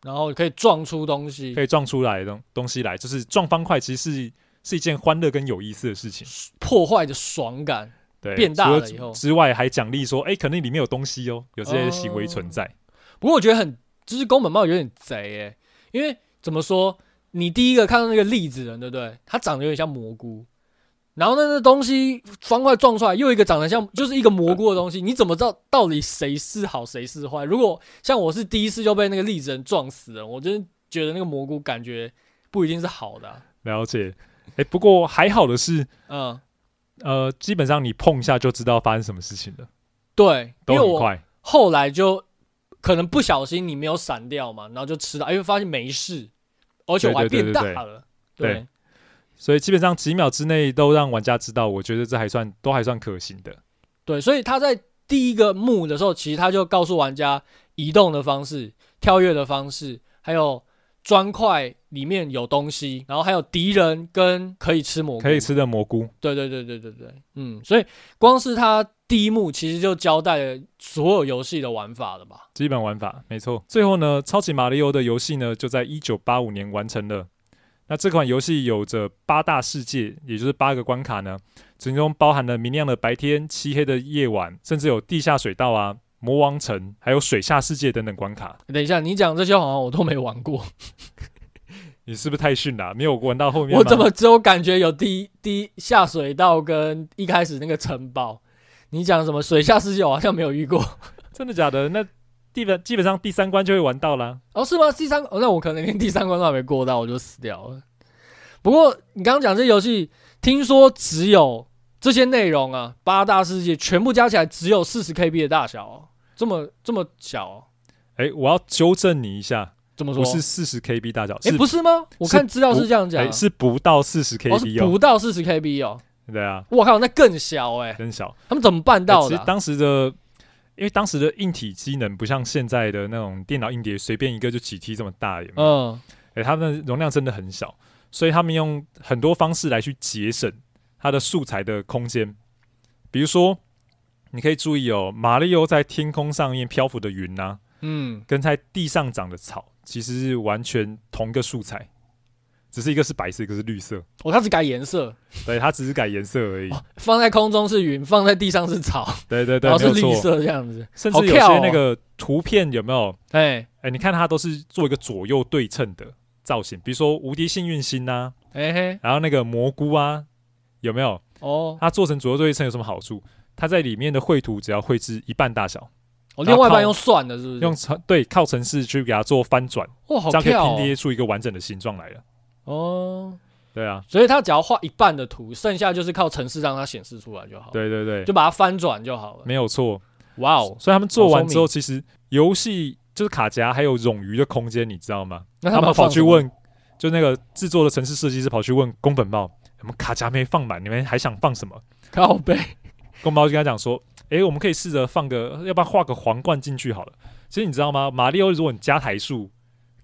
[SPEAKER 2] 然后可以撞出东西
[SPEAKER 1] 可，以撞出来的东东西来，就是撞方块其实是是一件欢乐跟有意思的事情，
[SPEAKER 2] 破坏的爽感。
[SPEAKER 1] 对，
[SPEAKER 2] 变大
[SPEAKER 1] 除
[SPEAKER 2] 了以后
[SPEAKER 1] 之外还奖励说，哎，可能里面有东西哦，有这些行为存
[SPEAKER 2] 哦
[SPEAKER 1] 在，
[SPEAKER 2] 不过我觉得很，就是宫本茂有点贼诶、因为怎么说，你第一个看到那个栗子人，对不对？他长得有点像蘑菇，然后那那东西方块撞出来，又一个长得像就是一个蘑菇的东西，你怎么知道到底谁是好谁是坏？如果像我是第一次就被那个栗子人撞死了，我真的觉得那个蘑菇感觉不一定是好的啊、
[SPEAKER 1] 了解。哎，不过还好的是，
[SPEAKER 2] 嗯，
[SPEAKER 1] 呃，基本上你碰一下就知道发生什么事情了，
[SPEAKER 2] 对，
[SPEAKER 1] 都
[SPEAKER 2] 因为
[SPEAKER 1] 很
[SPEAKER 2] 我
[SPEAKER 1] 快。
[SPEAKER 2] 后来就可能不小心你没有闪掉嘛，然后就吃到，哎，发现没事，而且我还
[SPEAKER 1] 对对
[SPEAKER 2] 变
[SPEAKER 1] 对
[SPEAKER 2] 大
[SPEAKER 1] 对
[SPEAKER 2] 了。
[SPEAKER 1] 对所以基本上几秒之内都让玩家知道，我觉得这还算都还算可行的。
[SPEAKER 2] 对，所以他在第一个幕的时候，其实他就告诉玩家移动的方式、跳跃的方式，还有砖块里面有东西，然后还有敌人跟可以吃蘑菇，
[SPEAKER 1] 可以吃的蘑菇，
[SPEAKER 2] 对对对对对对，嗯，所以光是它第一幕其实就交代了所有游戏的玩法了吧？
[SPEAKER 1] 基本玩法没错。最后呢，超级马里奥的游戏呢，就在一九八五年完成了。那这款游戏有着八大世界，也就是八个关卡呢，其中包含了明亮的白天、漆黑的夜晚，甚至有地下水道啊、魔王城，还有水下世界等等关卡。
[SPEAKER 2] 等一下，你讲这些好像我都没玩过，
[SPEAKER 1] 你是不是太逊了啊、没有玩到后面吗？
[SPEAKER 2] 我怎么只有感觉有第第下水道跟一开始那个城堡？你讲什么水下世界，我好像没有遇过。
[SPEAKER 1] 真的假的？那基本基本上第三关就会玩到啦。
[SPEAKER 2] *laughs* 哦，是吗？第三、哦，那我可能连第三关都还没过到，我就死掉了。不过你刚刚讲这游戏，听说只有这些内容啊，八大世界全部加起来只有四十 KB 的大小、哦，这么这么小、哦，
[SPEAKER 1] 哎、我要纠正你一下，
[SPEAKER 2] 怎么说？
[SPEAKER 1] 不是四十 KB 大小，
[SPEAKER 2] 哎、
[SPEAKER 1] 是
[SPEAKER 2] 不是吗？我看资料
[SPEAKER 1] 不
[SPEAKER 2] 是这样讲、啊
[SPEAKER 1] 哎、是不到四十
[SPEAKER 2] 哦，是
[SPEAKER 1] KB 哦，
[SPEAKER 2] 不到四十 KB 哦。
[SPEAKER 1] 对啊，
[SPEAKER 2] 我靠，那更小哎、
[SPEAKER 1] 很小。哎
[SPEAKER 2] 他们怎么办到
[SPEAKER 1] 其
[SPEAKER 2] 的
[SPEAKER 1] 实
[SPEAKER 2] 啊、
[SPEAKER 1] 当时的，因为当时的硬体机能不像现在的那种电脑硬碟，随便一个就几 T 这么大，也没有
[SPEAKER 2] 嗯，
[SPEAKER 1] 哎、它的容量真的很小，所以他们用很多方式来去节省它的素材的空间。比如说，你可以注意哦，马里奥在天空上面漂浮的云呐、
[SPEAKER 2] 嗯，
[SPEAKER 1] 跟在地上长的草其实是完全同个素材，只是一个是白色，一个是绿色，
[SPEAKER 2] 哦，它只改颜色，
[SPEAKER 1] 对，它只是改颜色而已。
[SPEAKER 2] 放在空中是云，放在地上是草，
[SPEAKER 1] 对哦 *laughs* 对对，
[SPEAKER 2] 哦然
[SPEAKER 1] 没
[SPEAKER 2] 后是
[SPEAKER 1] 有
[SPEAKER 2] 绿
[SPEAKER 1] 错。
[SPEAKER 2] 色这样子。
[SPEAKER 1] 甚
[SPEAKER 2] 好
[SPEAKER 1] 至有
[SPEAKER 2] 跳
[SPEAKER 1] 些
[SPEAKER 2] 哦
[SPEAKER 1] 那个图片有没有？
[SPEAKER 2] 哎、
[SPEAKER 1] 哎、你看它都是做一个左右对称的造型，比如说无敌幸运星呐、
[SPEAKER 2] 哎、嘿，
[SPEAKER 1] 然后那个蘑菇啊，有没有？
[SPEAKER 2] 哦，
[SPEAKER 1] 它做成左右对称有什么好处？它在里面的绘图只要绘制一半大小，然后
[SPEAKER 2] 哦，另外一半
[SPEAKER 1] 靠
[SPEAKER 2] 用算的，是不是？
[SPEAKER 1] 用程对靠程式去给它做翻转，
[SPEAKER 2] 哇，好
[SPEAKER 1] 这样可以
[SPEAKER 2] 跳
[SPEAKER 1] 拼
[SPEAKER 2] 哦
[SPEAKER 1] 贴出一个完整的形状来了。
[SPEAKER 2] 哦
[SPEAKER 1] 对啊，
[SPEAKER 2] 所以它只要画一半的图，剩下就是靠程式让它显示出来就好，，
[SPEAKER 1] 对对对，
[SPEAKER 2] 就把它翻转就好了。
[SPEAKER 1] 没有错。
[SPEAKER 2] 哇哦，
[SPEAKER 1] 所以他们做完之
[SPEAKER 2] 好
[SPEAKER 1] 后，其实游戏就是卡夹还有冗余的空间，你知道吗？
[SPEAKER 2] 那
[SPEAKER 1] 他
[SPEAKER 2] 们
[SPEAKER 1] 们
[SPEAKER 2] 放
[SPEAKER 1] 跑去
[SPEAKER 2] 什么，
[SPEAKER 1] 问，就那个制作的城市设计师跑去问宫本茂，我们卡夹没放满，你们还想放什么？
[SPEAKER 2] 靠背，
[SPEAKER 1] 宫本茂就跟他讲说，诶、我们可以试着放个，要不然画个皇冠进去好了。其实你知道吗？马里奥如果你加台数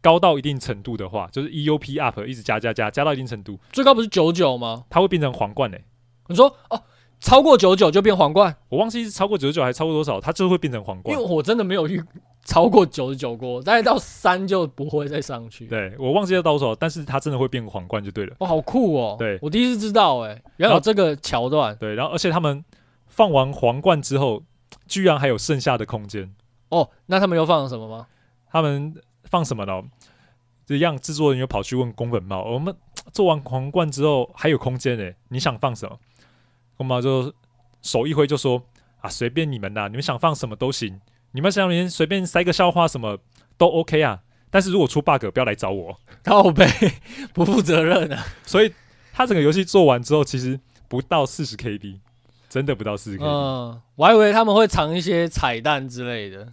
[SPEAKER 1] 高到一定程度的话，就是 EUP up 一直加加加加到一定程度，
[SPEAKER 2] 最高不是九九吗？
[SPEAKER 1] 它会变成皇冠诶、
[SPEAKER 2] 你说哦，超过九九就变皇冠，
[SPEAKER 1] 我忘记是超过九十九还是超过多少，它就会变成皇
[SPEAKER 2] 因
[SPEAKER 1] 冠
[SPEAKER 2] 为。我真的没有遇超过九十九过，大概到三就不会再上去。
[SPEAKER 1] 对我忘记要到多少，但是它真的会变皇冠就对了。
[SPEAKER 2] 哇、好酷哦！
[SPEAKER 1] 对
[SPEAKER 2] 我第一次知道、哎，原
[SPEAKER 1] 然
[SPEAKER 2] 来
[SPEAKER 1] 后
[SPEAKER 2] 有这个桥段
[SPEAKER 1] 对，然后而且他们放完皇冠之后，居然还有剩下的空间，
[SPEAKER 2] 哦。那他们又放了什么吗？
[SPEAKER 1] 他们放什么呢？这样制作人又跑去问宫本茂，我们做完皇冠之后还有空间诶、欸你想放什么？宫本茂就手一挥就说啊，随便你们啦，你们想放什么都行，你们想连随便塞个笑话什么都 OK 啊，但是如果出 bug 不要来找我。
[SPEAKER 2] 靠
[SPEAKER 1] *laughs*
[SPEAKER 2] 背，不负责任啊！
[SPEAKER 1] 所以他整个游戏做完之后，其实不到四十 KB，真的不到四十 KB。
[SPEAKER 2] 嗯，我还以为他们会藏一些彩蛋之类的。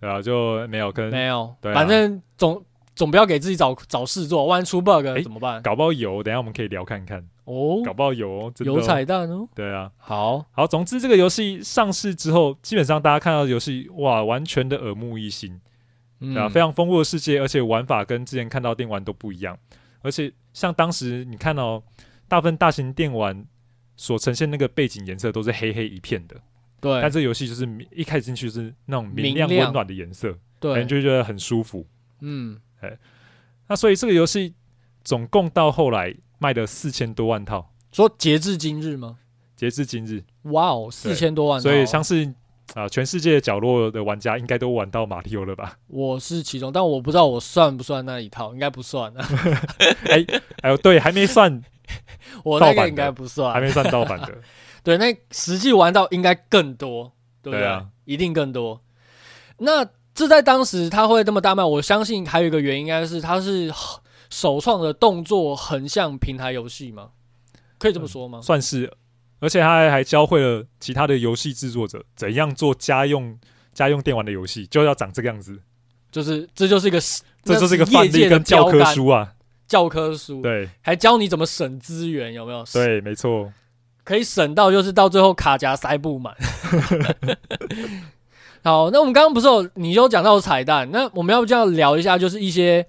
[SPEAKER 1] 对啊，就没有跟
[SPEAKER 2] 没有，
[SPEAKER 1] 对啊
[SPEAKER 2] 反正总总不要给自己找找事做，万一出 bug 啊
[SPEAKER 1] 诶
[SPEAKER 2] 怎么办？
[SPEAKER 1] 搞不好有，等一下我们可以聊看看，
[SPEAKER 2] 哦，
[SPEAKER 1] 搞不好有哦，真的哦
[SPEAKER 2] 有彩蛋哦。
[SPEAKER 1] 对啊。
[SPEAKER 2] 好，
[SPEAKER 1] 好，总之这个游戏上市之后，基本上大家看到的游戏哇，完全的耳目一新，
[SPEAKER 2] 嗯
[SPEAKER 1] 对啊，非常丰富的世界，而且玩法跟之前看到电玩都不一样，而且像当时你看到大部分大型电玩所呈现那个背景颜色都是黑黑一片的，但
[SPEAKER 2] 对
[SPEAKER 1] 这个游戏就是明一开始进去就是那种
[SPEAKER 2] 明
[SPEAKER 1] 明亮
[SPEAKER 2] 亮
[SPEAKER 1] 温暖的颜色，
[SPEAKER 2] 对
[SPEAKER 1] 感，觉觉得很舒服。
[SPEAKER 2] 嗯，
[SPEAKER 1] 那所以这个游戏总共到后来卖了四千多万套，
[SPEAKER 2] 说截至今日吗？
[SPEAKER 1] 截至今日。
[SPEAKER 2] 哇哦，四千多万套哦，
[SPEAKER 1] 所以相信啊、全世界角落的玩家应该都玩到马里奥了吧？
[SPEAKER 2] 我是其中，但我不知道我算不算那一套，应该不算
[SPEAKER 1] *laughs*
[SPEAKER 2] 啊，
[SPEAKER 1] 哎呦，对，还没算，
[SPEAKER 2] 我那
[SPEAKER 1] 盗版
[SPEAKER 2] 个
[SPEAKER 1] 的
[SPEAKER 2] 应该不
[SPEAKER 1] 还
[SPEAKER 2] 算，
[SPEAKER 1] 没算盗版
[SPEAKER 2] *laughs*
[SPEAKER 1] 的，
[SPEAKER 2] 对，那实际玩到应该更多，对不
[SPEAKER 1] 对啊
[SPEAKER 2] 一定更多。那这在当时它会这么大卖，我相信还有一个原因，应该是它是首创的动作横向平台游戏嘛，可以这么说吗？
[SPEAKER 1] 算是。而且他还还教会了其他的游戏制作者怎样做家用家用电玩的游戏，就要长这个样子。
[SPEAKER 2] 就是这就是一个，
[SPEAKER 1] 这就是一个
[SPEAKER 2] 那
[SPEAKER 1] 范
[SPEAKER 2] 业界
[SPEAKER 1] 例
[SPEAKER 2] 的
[SPEAKER 1] 跟教科
[SPEAKER 2] 标杆，嗯
[SPEAKER 1] 书啊。
[SPEAKER 2] 教科书，
[SPEAKER 1] 对
[SPEAKER 2] 还教你怎么省资源，有没有？，
[SPEAKER 1] 对，没错。
[SPEAKER 2] 可以省到就是到最后卡夹塞不满。 *laughs* 好，那我们刚刚不是有你有讲到彩蛋，那我们要不就要聊一下，就是一些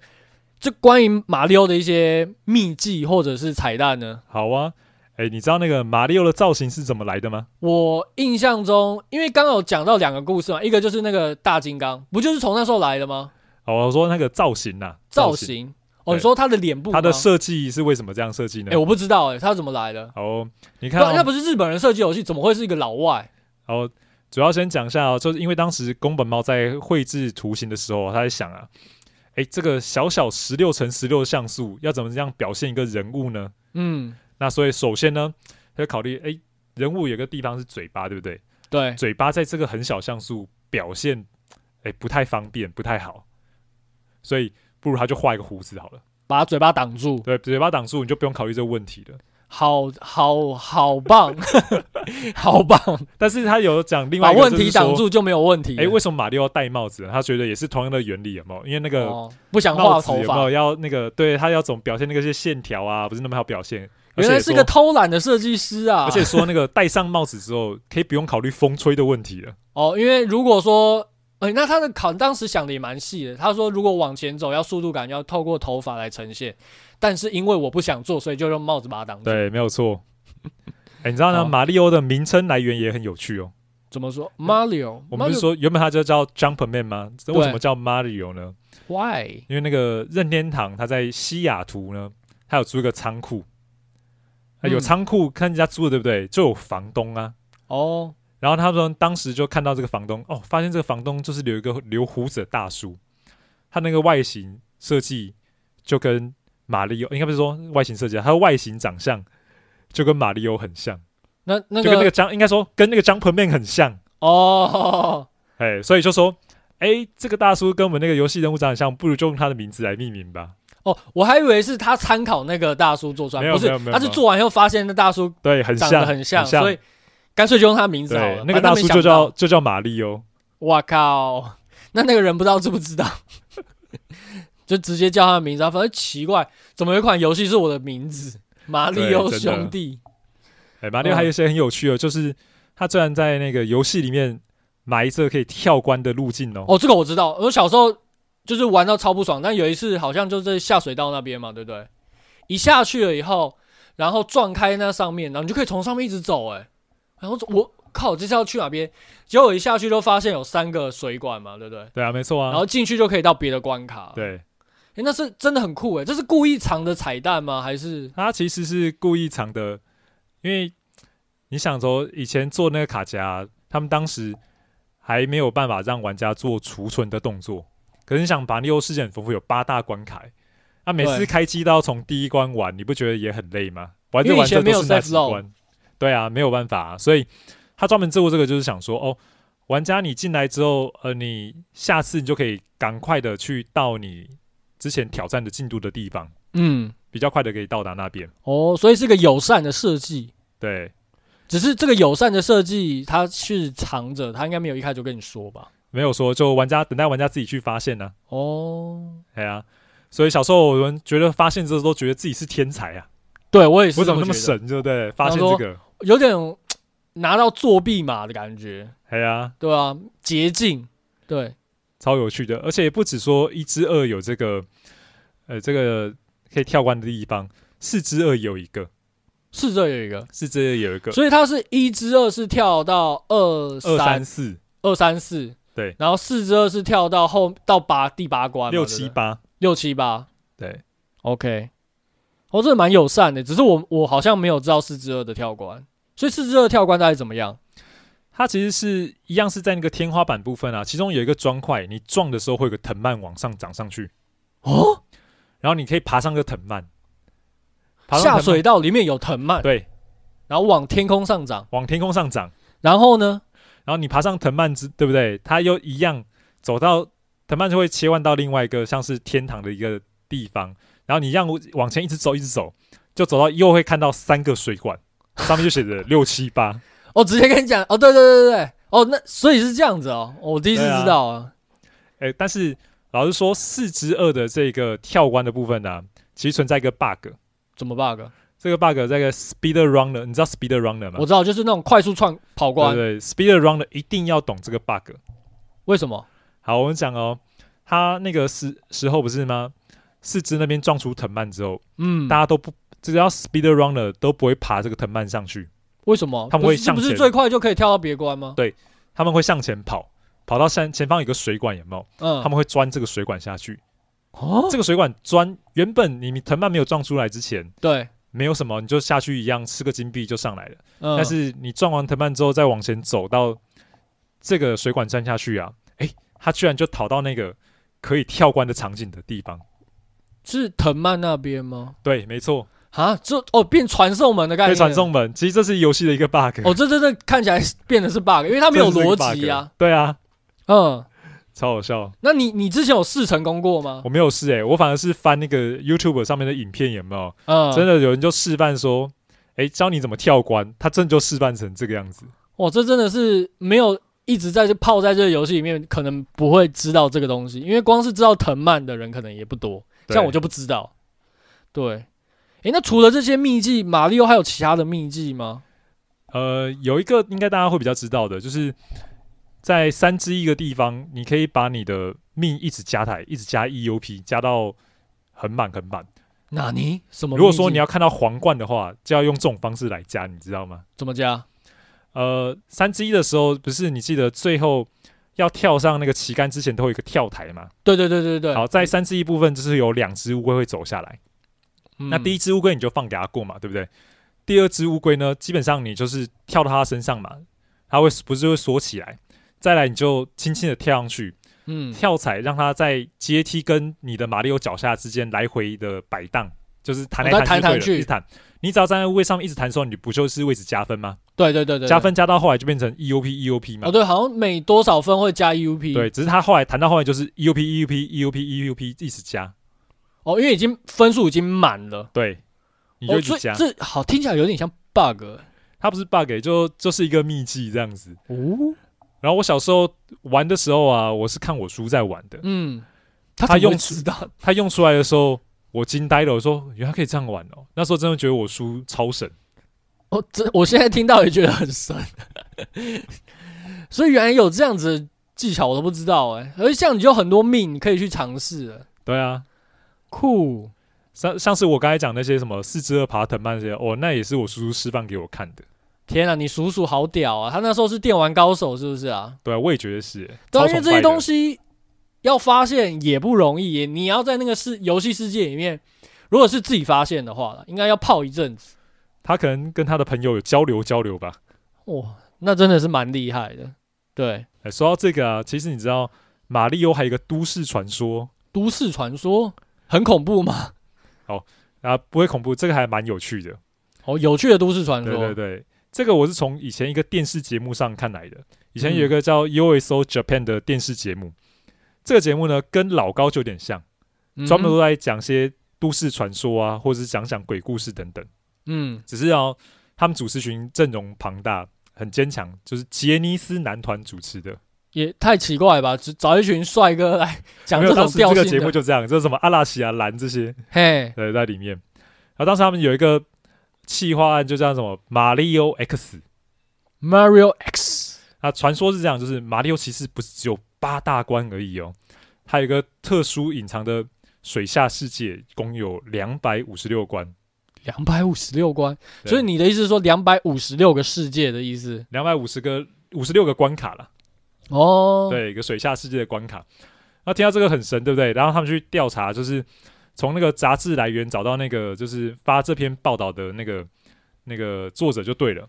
[SPEAKER 2] 这关于马里奥的一些秘技或者是彩蛋呢？
[SPEAKER 1] 好啊，哎、你知道那个马里奥的造型是怎么来的吗？
[SPEAKER 2] 我印象中，因为刚刚有讲到两个故事嘛，一个就是那个大金刚，不就是从那时候来的吗？
[SPEAKER 1] 哦，我说那个造型呐、
[SPEAKER 2] 造
[SPEAKER 1] 型，
[SPEAKER 2] 型哦，
[SPEAKER 1] 对
[SPEAKER 2] 你说他的脸部
[SPEAKER 1] 它
[SPEAKER 2] 吗，
[SPEAKER 1] 的设计是为什么这样设计呢
[SPEAKER 2] 哎、？我不知道哎、他怎么来的？
[SPEAKER 1] 哦，你
[SPEAKER 2] 不
[SPEAKER 1] 看、
[SPEAKER 2] 然那
[SPEAKER 1] 哦，
[SPEAKER 2] 不是日本人设计游戏，怎么会是一个老外？
[SPEAKER 1] 哦，主要先讲一下哦，就是因为当时宫本茂在绘制图形的时候，他在想啊，哎、这个小小十六乘十六像素要怎么样表现一个人物呢？
[SPEAKER 2] 嗯，
[SPEAKER 1] 那所以首先呢，他就考虑，哎、人物有个地方是嘴巴，对不对？
[SPEAKER 2] 对，
[SPEAKER 1] 嘴巴在这个很小像素表现，哎、不太方便，不太好，所以不如他就画一个胡子好了。
[SPEAKER 2] 把嘴巴挡住，
[SPEAKER 1] 对，嘴巴挡住，你就不用考虑这个问题了。
[SPEAKER 2] 好好好棒， *laughs* 好棒，
[SPEAKER 1] 但是他有讲另外
[SPEAKER 2] 把
[SPEAKER 1] 一个，
[SPEAKER 2] 问题挡。住就没有问题了。
[SPEAKER 1] 哎、为什么马里奥戴帽子呢？他觉得也是同样的原理，有没有？因为那个
[SPEAKER 2] 哦、不想画
[SPEAKER 1] 帽子
[SPEAKER 2] 头
[SPEAKER 1] 有没
[SPEAKER 2] 发
[SPEAKER 1] 有，要那个？对他要怎么表现那个些线条啊？不是那么好表现。
[SPEAKER 2] 原来是
[SPEAKER 1] 而且
[SPEAKER 2] 个
[SPEAKER 1] 说
[SPEAKER 2] 偷懒的设计师啊！
[SPEAKER 1] 而且说那个戴上帽子之后，可以不用考虑风吹的问题
[SPEAKER 2] *laughs*
[SPEAKER 1] 了。
[SPEAKER 2] 哦，因为如果说，哎、那他的考当时想的也蛮细的。他说，如果往前走，要速度感，要透过头发来呈现。但是因为我不想做，所以就用帽子把它挡住。，
[SPEAKER 1] 对，没有错。哎、你知道呢？
[SPEAKER 2] 好
[SPEAKER 1] 马里奥的名称来源也很有趣哦。
[SPEAKER 2] 怎么说？Mario，
[SPEAKER 1] 我们不是说原本它就叫 Jumpman 吗？这为什
[SPEAKER 2] 对
[SPEAKER 1] 么叫 Mario 呢？
[SPEAKER 2] Why？
[SPEAKER 1] 因为那个任天堂它在西雅图呢，它有租一个仓库，啊有
[SPEAKER 2] 嗯
[SPEAKER 1] 仓库看人家租的对不对？就有房东啊。
[SPEAKER 2] 哦，
[SPEAKER 1] 然后他们当时就看到这个房东，哦，发现这个房东就是留一个留胡子的大叔，他那个外形设计就跟马里奥，应该不是说外形设计啊，他的外形长相就跟马里奥很像，
[SPEAKER 2] 那那
[SPEAKER 1] 就跟那
[SPEAKER 2] 个
[SPEAKER 1] 个张，应该说跟那个张鹏面很像，
[SPEAKER 2] 哦，
[SPEAKER 1] 哎，所以就说，哎，这个大叔跟我们那个游戏人物长得很像，不如就用他的名字来命名吧。
[SPEAKER 2] 哦，我还以为是他参考那个大叔做出
[SPEAKER 1] 没
[SPEAKER 2] 来，
[SPEAKER 1] 有
[SPEAKER 2] 不是
[SPEAKER 1] 没有没，有
[SPEAKER 2] 他是做完以后发现那大叔
[SPEAKER 1] 对，很
[SPEAKER 2] 长
[SPEAKER 1] 像，
[SPEAKER 2] 得很像，
[SPEAKER 1] 很像
[SPEAKER 2] 所以干脆就用他名字好
[SPEAKER 1] 对
[SPEAKER 2] 了。，
[SPEAKER 1] 那个
[SPEAKER 2] 反正他
[SPEAKER 1] 大
[SPEAKER 2] 没
[SPEAKER 1] 叔
[SPEAKER 2] 想
[SPEAKER 1] 就叫
[SPEAKER 2] 到，
[SPEAKER 1] 就叫马里奥。
[SPEAKER 2] 哇靠！那那个人不知道知不知道， *laughs* 就直接叫他的名字啊。反正奇怪，怎么有一款游戏是我的名字？马里奥
[SPEAKER 1] 对真的
[SPEAKER 2] 兄弟
[SPEAKER 1] 哎，马里奥还有一些很有趣的，就是他居然在那个游戏里面埋着可以跳关的路径哦。
[SPEAKER 2] 哦，这个我知道。我小时候就是玩到超不爽，但有一次好像就是下水道那边嘛，对不对？一下去了以后，然后撞开那上面，然后你就可以从上面一直走、哎，然后我靠，这是要去哪边？结果我一下去就发现有三个水管嘛，对不对？
[SPEAKER 1] 对啊，没错
[SPEAKER 2] 然
[SPEAKER 1] 啊
[SPEAKER 2] 后。进去就可以到别的关卡。
[SPEAKER 1] 对，
[SPEAKER 2] 诶、那是真的很酷哎、这是故意藏的彩蛋吗？还是
[SPEAKER 1] 他其实是故意藏的，因为你想说以前做那个卡夹，他们当时还没有办法让玩家做储存的动作。可是你想，马里奥世界很丰富，有八大关卡，那、每次
[SPEAKER 2] 对
[SPEAKER 1] 开机都要从第一关玩，你不觉得也很累吗？玩
[SPEAKER 2] 因
[SPEAKER 1] 着
[SPEAKER 2] 为以
[SPEAKER 1] 玩着
[SPEAKER 2] 前
[SPEAKER 1] 都
[SPEAKER 2] 没有哦
[SPEAKER 1] 是那
[SPEAKER 2] safe
[SPEAKER 1] 几
[SPEAKER 2] zone
[SPEAKER 1] 关，对啊，没有办法啊、所以他专门做过这个，就是想说，哦，玩家你进来之后，呃，你下次你就可以赶快的去到你之前挑战的进度的地方，
[SPEAKER 2] 嗯
[SPEAKER 1] 比较快的可以到达那边。
[SPEAKER 2] 哦，所以是个友善的设计。
[SPEAKER 1] 对，
[SPEAKER 2] 只是这个友善的设计，它是藏着，它应该没有一开始就跟你说吧？
[SPEAKER 1] 没有说，就玩家等待玩家自己去发现呢、
[SPEAKER 2] 哦，
[SPEAKER 1] 哎呀、所以小时候我们觉得发现之后都觉得自己是天才啊，
[SPEAKER 2] 对我也是，
[SPEAKER 1] 我怎么那么
[SPEAKER 2] 觉得？
[SPEAKER 1] 神，对不对？发现这个，
[SPEAKER 2] 有点嘖拿到作弊码的感觉，
[SPEAKER 1] 哎呀、
[SPEAKER 2] 对吧、啊？捷径，对，
[SPEAKER 1] 超有趣的。而且不止说一之二有这个，呃，这个可以跳关的地方，四之二有一个，
[SPEAKER 2] 是这有一个，
[SPEAKER 1] 四之二有一个，
[SPEAKER 2] 所以它是一之二是跳到二
[SPEAKER 1] 二
[SPEAKER 2] 三
[SPEAKER 1] 四
[SPEAKER 2] 二三四，
[SPEAKER 1] 对，
[SPEAKER 2] 然后四之二是跳到后到八第八关嘛，
[SPEAKER 1] 六
[SPEAKER 2] 对
[SPEAKER 1] 七
[SPEAKER 2] 不对
[SPEAKER 1] 八，
[SPEAKER 2] 六七八
[SPEAKER 1] 对，
[SPEAKER 2] ，OK，哦，这蛮友善的，只是我我好像没有知道四之二的跳关，所以四之二跳关大概怎么样？
[SPEAKER 1] 它其实是一样是在那个天花板部分啊，其中有一个砖块，你撞的时候会有个藤蔓往上长上去，
[SPEAKER 2] 哦，
[SPEAKER 1] 然后你可以爬上个藤蔓，爬上藤
[SPEAKER 2] 下
[SPEAKER 1] 蔓
[SPEAKER 2] 水道里面有藤蔓，
[SPEAKER 1] 对，
[SPEAKER 2] 然后往天空上涨，
[SPEAKER 1] 往天空上长。
[SPEAKER 2] 然后呢，
[SPEAKER 1] 然后你爬上藤蔓之，对不对？它又一样走到藤蔓就会切换到另外一个像是天堂的一个地方，然后你让往前一直走，一直走，就走到又会看到三个水管，上面就写着六七八，
[SPEAKER 2] 哦，直接跟你讲，哦，对对对对对，哦，那所以是这样子哦，我第一次
[SPEAKER 1] 对啊
[SPEAKER 2] 知道啊，
[SPEAKER 1] 哎，但是老实说，四之二的这个跳关的部分呢、啊其实存在一个 bug。
[SPEAKER 2] 怎么 bug？
[SPEAKER 1] 这个 bug 在一个 speeder runner，你知道 speeder runner 吗
[SPEAKER 2] 我？知道，就是那种快速窜跑
[SPEAKER 1] 对
[SPEAKER 2] 关，
[SPEAKER 1] 对，speeder runner 一定要懂这个 bug。
[SPEAKER 2] 为什么？
[SPEAKER 1] 好，我们讲哦，他那个时时候不是吗？四肢那边撞出藤蔓之后，
[SPEAKER 2] 嗯，
[SPEAKER 1] 大家都不只要 speeder runner 都不会爬这个藤蔓上去，
[SPEAKER 2] 为什么
[SPEAKER 1] 他们会
[SPEAKER 2] 不是这不
[SPEAKER 1] 向
[SPEAKER 2] 是
[SPEAKER 1] 前
[SPEAKER 2] 最快就可以跳到别关吗？
[SPEAKER 1] 他们会向前跑，跑到山前方有个水管，有没有？
[SPEAKER 2] 嗯，
[SPEAKER 1] 他们会钻这个水管下去。
[SPEAKER 2] 哦，
[SPEAKER 1] 这个水管钻原本你藤蔓没有撞出来之前，
[SPEAKER 2] 对，
[SPEAKER 1] 没有什么，你就下去一样吃个金币就上来了。
[SPEAKER 2] 嗯，
[SPEAKER 1] 但是你撞完藤蔓之后，再往前走到这个水管站下去啊，诶，他居然就逃到那个可以跳关的场景的地方。
[SPEAKER 2] 是藤蔓那边吗？
[SPEAKER 1] 对，没错，
[SPEAKER 2] 啊，这哦变传送门的概
[SPEAKER 1] 可以
[SPEAKER 2] 念，
[SPEAKER 1] 传送门。其实这是游戏的一个 bug，
[SPEAKER 2] 哦，这真的看起来是变得是 bug，因为它没有逻辑啊。
[SPEAKER 1] 对啊，
[SPEAKER 2] 嗯，
[SPEAKER 1] 超好笑。
[SPEAKER 2] 那你你之前有试成功过吗？
[SPEAKER 1] 我没有试诶，我反而是翻那个 YouTube 上面的影片，有没有？
[SPEAKER 2] 嗯，
[SPEAKER 1] 真的有人就示范说，诶，教你怎么跳关，他真的就示范成这个样子。
[SPEAKER 2] 哇，这真的是没有一直在这泡在这个游戏里面，可能不会知道这个东西，因为光是知道藤蔓的人可能也不多，
[SPEAKER 1] 对
[SPEAKER 2] 像我就不知道。对，诶，那除了这些秘技，马里奥还有其他的秘技吗？
[SPEAKER 1] 呃，有一个应该大家会比较知道的，就是在三之一个地方，你可以把你的命一直加台，一直加 EUP，加到很满很满。
[SPEAKER 2] 纳尼？什么秘技？
[SPEAKER 1] 如果说你要看到皇冠的话，就要用这种方式来加，你知道吗？
[SPEAKER 2] 怎么加？
[SPEAKER 1] 呃，三之一的时候，不是你记得最后要跳上那个旗杆之前都会有一个跳台嘛？
[SPEAKER 2] 对对对对对。
[SPEAKER 1] 好，在三之一部分就是有两只乌龟会走下来，
[SPEAKER 2] 嗯，
[SPEAKER 1] 那第一只乌龟你就放给它过嘛，对不对？第二只乌龟呢，基本上你就是跳到它身上嘛，它会不是会缩起来，再来你就轻轻的跳上去，
[SPEAKER 2] 嗯
[SPEAKER 1] 跳踩让它在阶梯跟你的马里奥脚下之间来回的摆荡，就是弹来
[SPEAKER 2] 哦
[SPEAKER 1] 弹去
[SPEAKER 2] 它弹
[SPEAKER 1] 对
[SPEAKER 2] 弹
[SPEAKER 1] 了
[SPEAKER 2] 去
[SPEAKER 1] 一直弹。你只要站在乌龟上面一直弹的时候，你不就是位置加分吗？
[SPEAKER 2] 对对对对对
[SPEAKER 1] 加分加到后来就变成 E EOP EOP 嘛
[SPEAKER 2] 哦，。对，好像每多少分会加 E UP，
[SPEAKER 1] 对，只是它后来弹到后来就是 E EOP EOP EOP EOP E 一直加，
[SPEAKER 2] 哦，因为已经分数已经满了，
[SPEAKER 1] 对，你就一
[SPEAKER 2] 哦
[SPEAKER 1] 直
[SPEAKER 2] 所以
[SPEAKER 1] 加。
[SPEAKER 2] 这好听起来有点像 bug
[SPEAKER 1] 它不是 bug，欸就就是一个秘技这样子。
[SPEAKER 2] 哦，
[SPEAKER 1] 然后我小时候玩的时候啊，我是看我叔在玩的，
[SPEAKER 2] 嗯，
[SPEAKER 1] 他
[SPEAKER 2] 他怎么会
[SPEAKER 1] 用
[SPEAKER 2] 知道，
[SPEAKER 1] 他用出来的时候，我惊呆了，我说原来可以这样玩哦。那时候真的觉得我叔超神，
[SPEAKER 2] 哦，这我现在听到也觉得很神， *laughs* 所以原来有这样子的技巧我都不知道哎、而且像你就很多命可以去尝试了，
[SPEAKER 1] 对啊，
[SPEAKER 2] 酷
[SPEAKER 1] 像像是我刚才讲那些什么四肢二爬藤蔓这些，哦，那也是我叔叔示范给我看的。
[SPEAKER 2] 天啊，你叔叔好屌啊！他那时候是电玩高手是不是啊？
[SPEAKER 1] 对啊，我也觉得是欸，
[SPEAKER 2] 对啊，
[SPEAKER 1] 超
[SPEAKER 2] 因为
[SPEAKER 1] 崇拜
[SPEAKER 2] 这
[SPEAKER 1] 的
[SPEAKER 2] 些东西要发现也不容易耶，你要在那个世游戏世界里面，如果是自己发现的话啦，应该要泡一阵子。
[SPEAKER 1] 他可能跟他的朋友有交流交流吧。
[SPEAKER 2] 哇，那真的是蛮厉害的。对，
[SPEAKER 1] 哎，说到这个啊，其实你知道马里欧还有一个都市传说
[SPEAKER 2] 都市传说很恐怖嘛？
[SPEAKER 1] 啊，不会恐怖，这个还蛮有趣的。
[SPEAKER 2] 哦，有趣的都市传说。
[SPEAKER 1] 对对对，这个我是从以前一个电视节目上看来的。以前
[SPEAKER 2] 嗯
[SPEAKER 1] 有一个叫 USO Japan 的电视节目，这个节目呢跟老高就有点像，
[SPEAKER 2] 对
[SPEAKER 1] 专门都在讲些都市传说啊，或者是讲讲鬼故事等等。
[SPEAKER 2] 嗯
[SPEAKER 1] 只是哦，他们主持群阵容庞大，很坚强，就是杰尼斯男团主持的。
[SPEAKER 2] 也太奇怪了吧？只找一群帅哥来讲
[SPEAKER 1] 没
[SPEAKER 2] 这
[SPEAKER 1] 有
[SPEAKER 2] 种
[SPEAKER 1] 当时
[SPEAKER 2] 调
[SPEAKER 1] 这个
[SPEAKER 2] 性
[SPEAKER 1] 节目
[SPEAKER 2] 的，
[SPEAKER 1] 就这样，就是什么阿拉西啊、蓝这些
[SPEAKER 2] 嘿，
[SPEAKER 1] 呃在里面。然后当时他们有一个企划案，就叫什么马里奥 X。
[SPEAKER 2] Mario X，
[SPEAKER 1] 那传说是这样，就是马里奥其实不是只有八大关而已哦，它有一个特殊隐藏的水下世界，共有两百五十六关。
[SPEAKER 2] 两百五十六关，所以你的意思是说两百五十六个世界的意思？
[SPEAKER 1] 两百五十个五十六个关卡啦，
[SPEAKER 2] 哦，，
[SPEAKER 1] 对，一个水下世界的关卡。那听到这个很神，对不对？然后他们去调查，就是从那个杂志来源找到那个就是发这篇报道的那个那个作者就对了。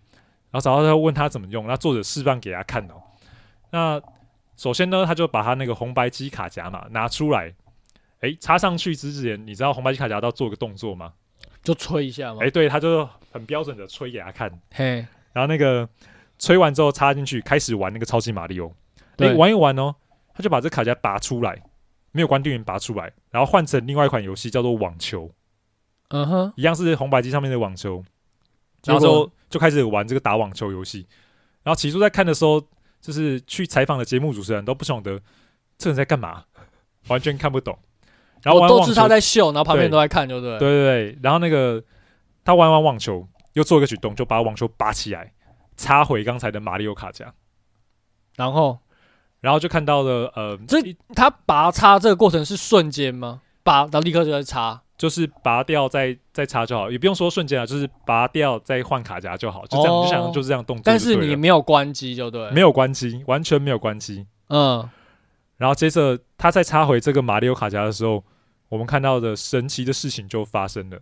[SPEAKER 1] 然后找到他问他怎么用，那作者示范给他看哦。那首先呢，他就把他那个红白机卡夹嘛拿出来，诶，插上去之前，你知道红白机卡夹要做个动作吗？
[SPEAKER 2] 就吹一下嘛，
[SPEAKER 1] 诶，对，他就很标准的吹给他看，
[SPEAKER 2] 嘿，
[SPEAKER 1] 然后那个吹完之后插进去，开始玩那个超级马里奥。哎、
[SPEAKER 2] 对，
[SPEAKER 1] 玩一玩哦，他就把这卡夹拔出来，没有关电源拔出来，然后换成另外一款游戏叫做网球，
[SPEAKER 2] 嗯哼，
[SPEAKER 1] 一样是红白机上面的网球，
[SPEAKER 2] 结
[SPEAKER 1] 然
[SPEAKER 2] 果
[SPEAKER 1] 后之后就开始玩这个打网球游戏。然后起初在看的时候，就是去采访的节目主持人都不晓得这人在干嘛，完全看不懂。然后
[SPEAKER 2] 我
[SPEAKER 1] 玩
[SPEAKER 2] 都
[SPEAKER 1] 网球，
[SPEAKER 2] 知他在秀，然后旁边
[SPEAKER 1] 对
[SPEAKER 2] 都在看，就对了。
[SPEAKER 1] 对对对，然后那个他玩完网球，又做一个举动，就把网球拔起来，插回刚才的马里奥卡夹，
[SPEAKER 2] 然后
[SPEAKER 1] 然后就看到了呃，
[SPEAKER 2] 这他拔插这个过程是瞬间吗？拔，然后立刻就在插。
[SPEAKER 1] 就是拔掉再再插就好，也不用说瞬间啊，就是拔掉再换卡夹就好，就这样，
[SPEAKER 2] 哦
[SPEAKER 1] 你就想就是这样动作就对
[SPEAKER 2] 但
[SPEAKER 1] 了。
[SPEAKER 2] 是你没有关机，就对。
[SPEAKER 1] 没有关机，完全没有关机。
[SPEAKER 2] 嗯，
[SPEAKER 1] 然后接着他再插回这个马里奥卡夹的时候，我们看到的神奇的事情就发生了，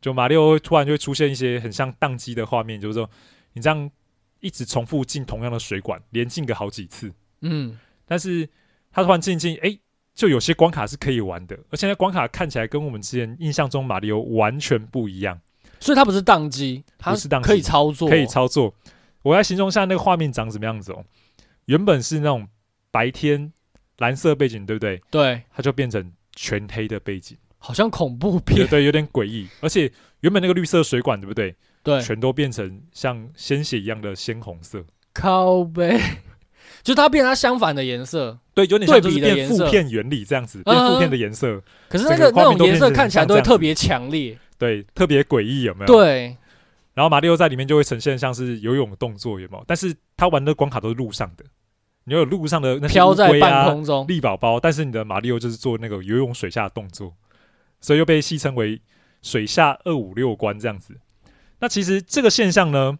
[SPEAKER 1] 就马里奥会突然就会出现一些很像宕机的画面，就是说你这样一直重复进同样的水管，连进个好几次，
[SPEAKER 2] 嗯，
[SPEAKER 1] 但是他突然进进，诶，就有些关卡是可以玩的，而且那关卡看起来跟我们之前印象中马里奥完全不一样。
[SPEAKER 2] 所以它不是宕机，它
[SPEAKER 1] 不是宕机
[SPEAKER 2] 可以操作，
[SPEAKER 1] 可以操作。我来形容一下那个画面长什么样子哦。原本是那种白天蓝色背景，对不对？
[SPEAKER 2] 对，
[SPEAKER 1] 它就变成全黑的背景，
[SPEAKER 2] 好像恐怖
[SPEAKER 1] 对
[SPEAKER 2] 片，
[SPEAKER 1] 对，有点诡异。而且原本那个绿色水管，对不 *laughs* 对？
[SPEAKER 2] 对，
[SPEAKER 1] 全都变成像鲜血一样的鲜红色，
[SPEAKER 2] 靠背， *laughs* 就是它变成它相反的颜色，
[SPEAKER 1] 对，有点像就
[SPEAKER 2] 对
[SPEAKER 1] 是
[SPEAKER 2] 比的
[SPEAKER 1] 变
[SPEAKER 2] 颜
[SPEAKER 1] 负
[SPEAKER 2] 色
[SPEAKER 1] 片原理这样子，
[SPEAKER 2] 嗯
[SPEAKER 1] 变负片的颜色，
[SPEAKER 2] 可是那
[SPEAKER 1] 整个画
[SPEAKER 2] 那
[SPEAKER 1] 面都
[SPEAKER 2] 种颜色
[SPEAKER 1] 变成
[SPEAKER 2] 看起来
[SPEAKER 1] 像
[SPEAKER 2] 都
[SPEAKER 1] 这
[SPEAKER 2] 会
[SPEAKER 1] 样子
[SPEAKER 2] 特别强烈，
[SPEAKER 1] 对，啊特别诡异，有没有？。
[SPEAKER 2] 对，
[SPEAKER 1] 然后马里奥在里面就会呈现像是游泳动作，有没有？但是他玩的关卡都是路上的，你有路上的那些
[SPEAKER 2] 飘在
[SPEAKER 1] 乌龟啊
[SPEAKER 2] 半空中，
[SPEAKER 1] 力宝宝，但是你的马里奥就是做那个游泳水下的动作，所以又被戏称为水下二五六关这样子。那其实这个现象呢，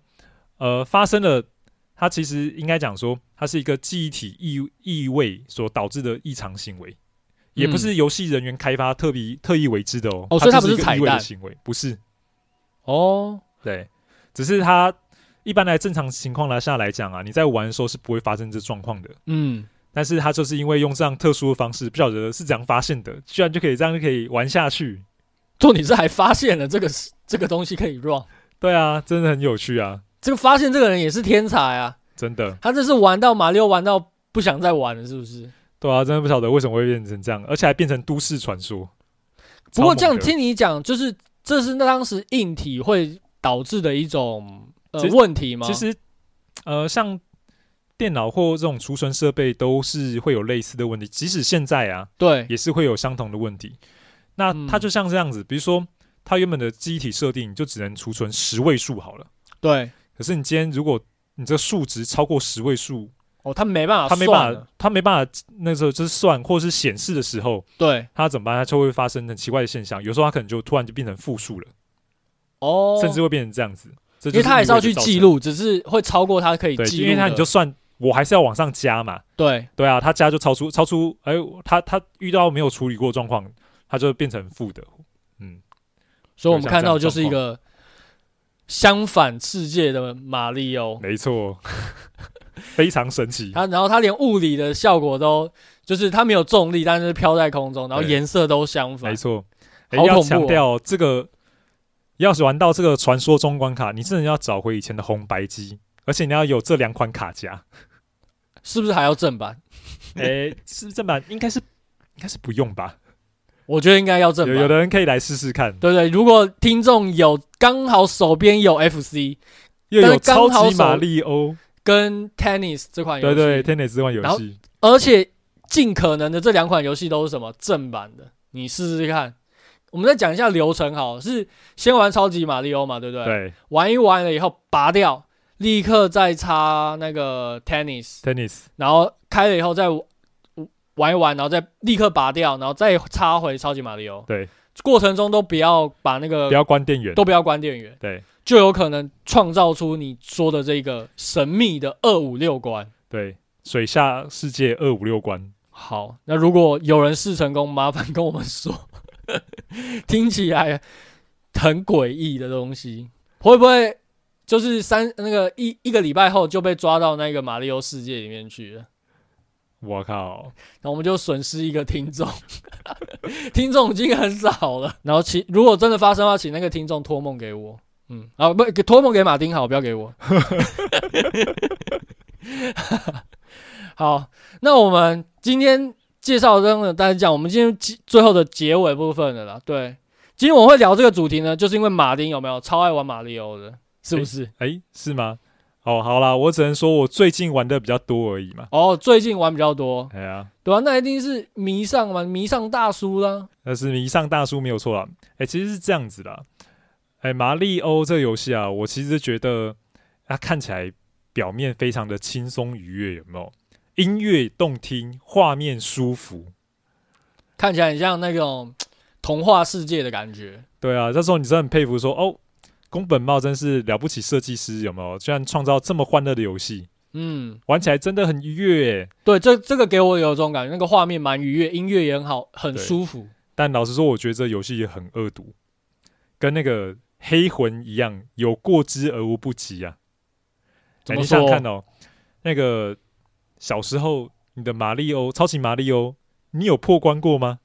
[SPEAKER 1] 呃，发生了，它其实应该讲说，它是一个记忆体异异味所导致的异常行为，也不是游戏人员开发特别特意为之的哦。
[SPEAKER 2] 嗯哦所以
[SPEAKER 1] 它
[SPEAKER 2] 它
[SPEAKER 1] 就是
[SPEAKER 2] 不是彩
[SPEAKER 1] 一个异味的
[SPEAKER 2] 蛋
[SPEAKER 1] 行为，不是
[SPEAKER 2] 哦，
[SPEAKER 1] 对，只是它一般来正常情况来下来讲啊，你在玩的时候是不会发生这状况的。
[SPEAKER 2] 嗯，
[SPEAKER 1] 但是他就是因为用这样特殊的方式，不晓得是怎样发现的，居然就可以这样就可以玩下去。
[SPEAKER 2] 重点是还发现了这个 *laughs* 这个东西可以 run，
[SPEAKER 1] 对啊，真的很有趣啊，
[SPEAKER 2] 这个发现这个人也是天才啊，
[SPEAKER 1] 真的。
[SPEAKER 2] 他这是玩到马六玩到不想再玩了，是不是？
[SPEAKER 1] 对啊，真的不晓得为什么会变成这样，而且还变成都市传说。
[SPEAKER 2] 不过这
[SPEAKER 1] 超
[SPEAKER 2] 样
[SPEAKER 1] 猛的，
[SPEAKER 2] 听你讲，就是这是那当时硬体会导致的一种呃
[SPEAKER 1] 其实
[SPEAKER 2] 问题吗？
[SPEAKER 1] 其实呃，像电脑或这种储存设备都是会有类似的问题，即使现在啊，
[SPEAKER 2] 对，
[SPEAKER 1] 也是会有相同的问题。那
[SPEAKER 2] 嗯
[SPEAKER 1] 它就像这样子，比如说它原本的机体设定就只能储存十位数好了，
[SPEAKER 2] 对，
[SPEAKER 1] 可是你今天如果你这个数值超过十位数，
[SPEAKER 2] 哦，他没办法，
[SPEAKER 1] 他没办法，，他没办法，那时候就是算或是显示的时候，
[SPEAKER 2] 对，
[SPEAKER 1] 他怎么办？他就会发生很奇怪的现象，有时候他可能就突然就变成负数了，
[SPEAKER 2] 哦，
[SPEAKER 1] 甚至会变成这样子。这
[SPEAKER 2] 因
[SPEAKER 1] 就是
[SPEAKER 2] 为他还是
[SPEAKER 1] 意
[SPEAKER 2] 要
[SPEAKER 1] 味
[SPEAKER 2] 去
[SPEAKER 1] 着造成
[SPEAKER 2] 记，录，只是会超过他可以
[SPEAKER 1] 对，
[SPEAKER 2] 记录
[SPEAKER 1] 因
[SPEAKER 2] 的，
[SPEAKER 1] 为他你就算我还是要往上加嘛，
[SPEAKER 2] 对，
[SPEAKER 1] 对啊，他加就超出超出，哎，他他遇到没有处理过的状况，他就变成负的，嗯，
[SPEAKER 2] 所以我们看到就是一个相反世界的马里欧，
[SPEAKER 1] 没错， *laughs* 非常神奇，
[SPEAKER 2] 他然后他连物理的效果都就是他没有重力，但是飘在空中，然后
[SPEAKER 1] 对
[SPEAKER 2] 颜色都相
[SPEAKER 1] 没
[SPEAKER 2] 反，
[SPEAKER 1] 错，哎
[SPEAKER 2] 好恐怖哦
[SPEAKER 1] 要强调这个，要是玩到这个传说中关卡，你真的要找回以前的红白机，而且你要有这两款卡夹。
[SPEAKER 2] 是不是还要正版？
[SPEAKER 1] 哎、 *laughs* 是不是正版应该是应该是不用吧？
[SPEAKER 2] 我觉得应该要正
[SPEAKER 1] 有
[SPEAKER 2] 版，
[SPEAKER 1] 有的人可以来试试看，
[SPEAKER 2] 对不对？如果听众有刚好手边有 FC
[SPEAKER 1] 又有
[SPEAKER 2] 但是刚
[SPEAKER 1] 超
[SPEAKER 2] 好
[SPEAKER 1] 级
[SPEAKER 2] 手
[SPEAKER 1] 马里欧，
[SPEAKER 2] 跟 Tennis 这款
[SPEAKER 1] 对
[SPEAKER 2] 游戏，
[SPEAKER 1] 对，天 e 之冠游戏，
[SPEAKER 2] 而且尽可能的这两款游戏都是什么正版的，你试试看。我们再讲一下流程好了，是先玩超级马里奥嘛，对不对？
[SPEAKER 1] 对
[SPEAKER 2] 玩一玩了以后拔掉，立刻再插那个 tennis，
[SPEAKER 1] ，tennis，
[SPEAKER 2] 然后开了以后再玩玩一玩，然后再立刻拔掉，然后再插回超级马里奥。
[SPEAKER 1] 对，
[SPEAKER 2] 过程中都不要把那个
[SPEAKER 1] 不要关电源，
[SPEAKER 2] 都不要关电源，
[SPEAKER 1] 对
[SPEAKER 2] 就有可能创造出你说的这个神秘的二五六关。
[SPEAKER 1] 对，水下世界二五六关，
[SPEAKER 2] 好，那如果有人试成功，麻烦跟我们说。 *laughs* 听起来很诡异的东西，会不会就是三那个一一个礼拜后就被抓到那个马里奥世界里面去了？
[SPEAKER 1] 我靠，
[SPEAKER 2] 然后我们就损失一个听众， *laughs* 听众已经很少了。然后请如果真的发生的话，请那个听众托梦给我，嗯，啊不，给托梦给马丁好，不要给我。 *laughs* 好，那我们今天介绍真的，大家讲我们今天结最后的结尾部分了啦。对，今天我会聊这个主题呢，就是因为马丁有没有超爱玩马里奥的，是不是？
[SPEAKER 1] 哎、是吗？哦，好啦，我只能说我最近玩的比较多而已嘛，
[SPEAKER 2] 哦，最近玩比较多，
[SPEAKER 1] 哎呀、
[SPEAKER 2] 对啊，那一定是迷上嘛，迷上大叔啦。
[SPEAKER 1] 但呃是迷上大叔没有错啦。哎、其实是这样子啦。哎、马里欧这个游戏啊，我其实觉得它看起来表面非常的轻松愉悦，有没有？音乐动听，画面舒服，
[SPEAKER 2] 看起来很像那种童话世界的感觉。
[SPEAKER 1] 对啊，这时候你真的很佩服说，哦，宫本茂真是了不起设计师，有没有？居然创造这么欢乐的游戏，
[SPEAKER 2] 嗯，
[SPEAKER 1] 玩起来真的很愉悦耶。
[SPEAKER 2] 对，这这个给我有种感觉，那个画面蛮愉悦，音乐也很好，很
[SPEAKER 1] 对
[SPEAKER 2] 舒服。
[SPEAKER 1] 但老实说，我觉得这游戏也很恶毒，跟那个黑魂一样，有过之而无不及啊。
[SPEAKER 2] 怎
[SPEAKER 1] 哎
[SPEAKER 2] 么
[SPEAKER 1] 你想
[SPEAKER 2] 说？
[SPEAKER 1] 想看哦，那个小时候你的马里欧、超级马里欧，你有破关过吗？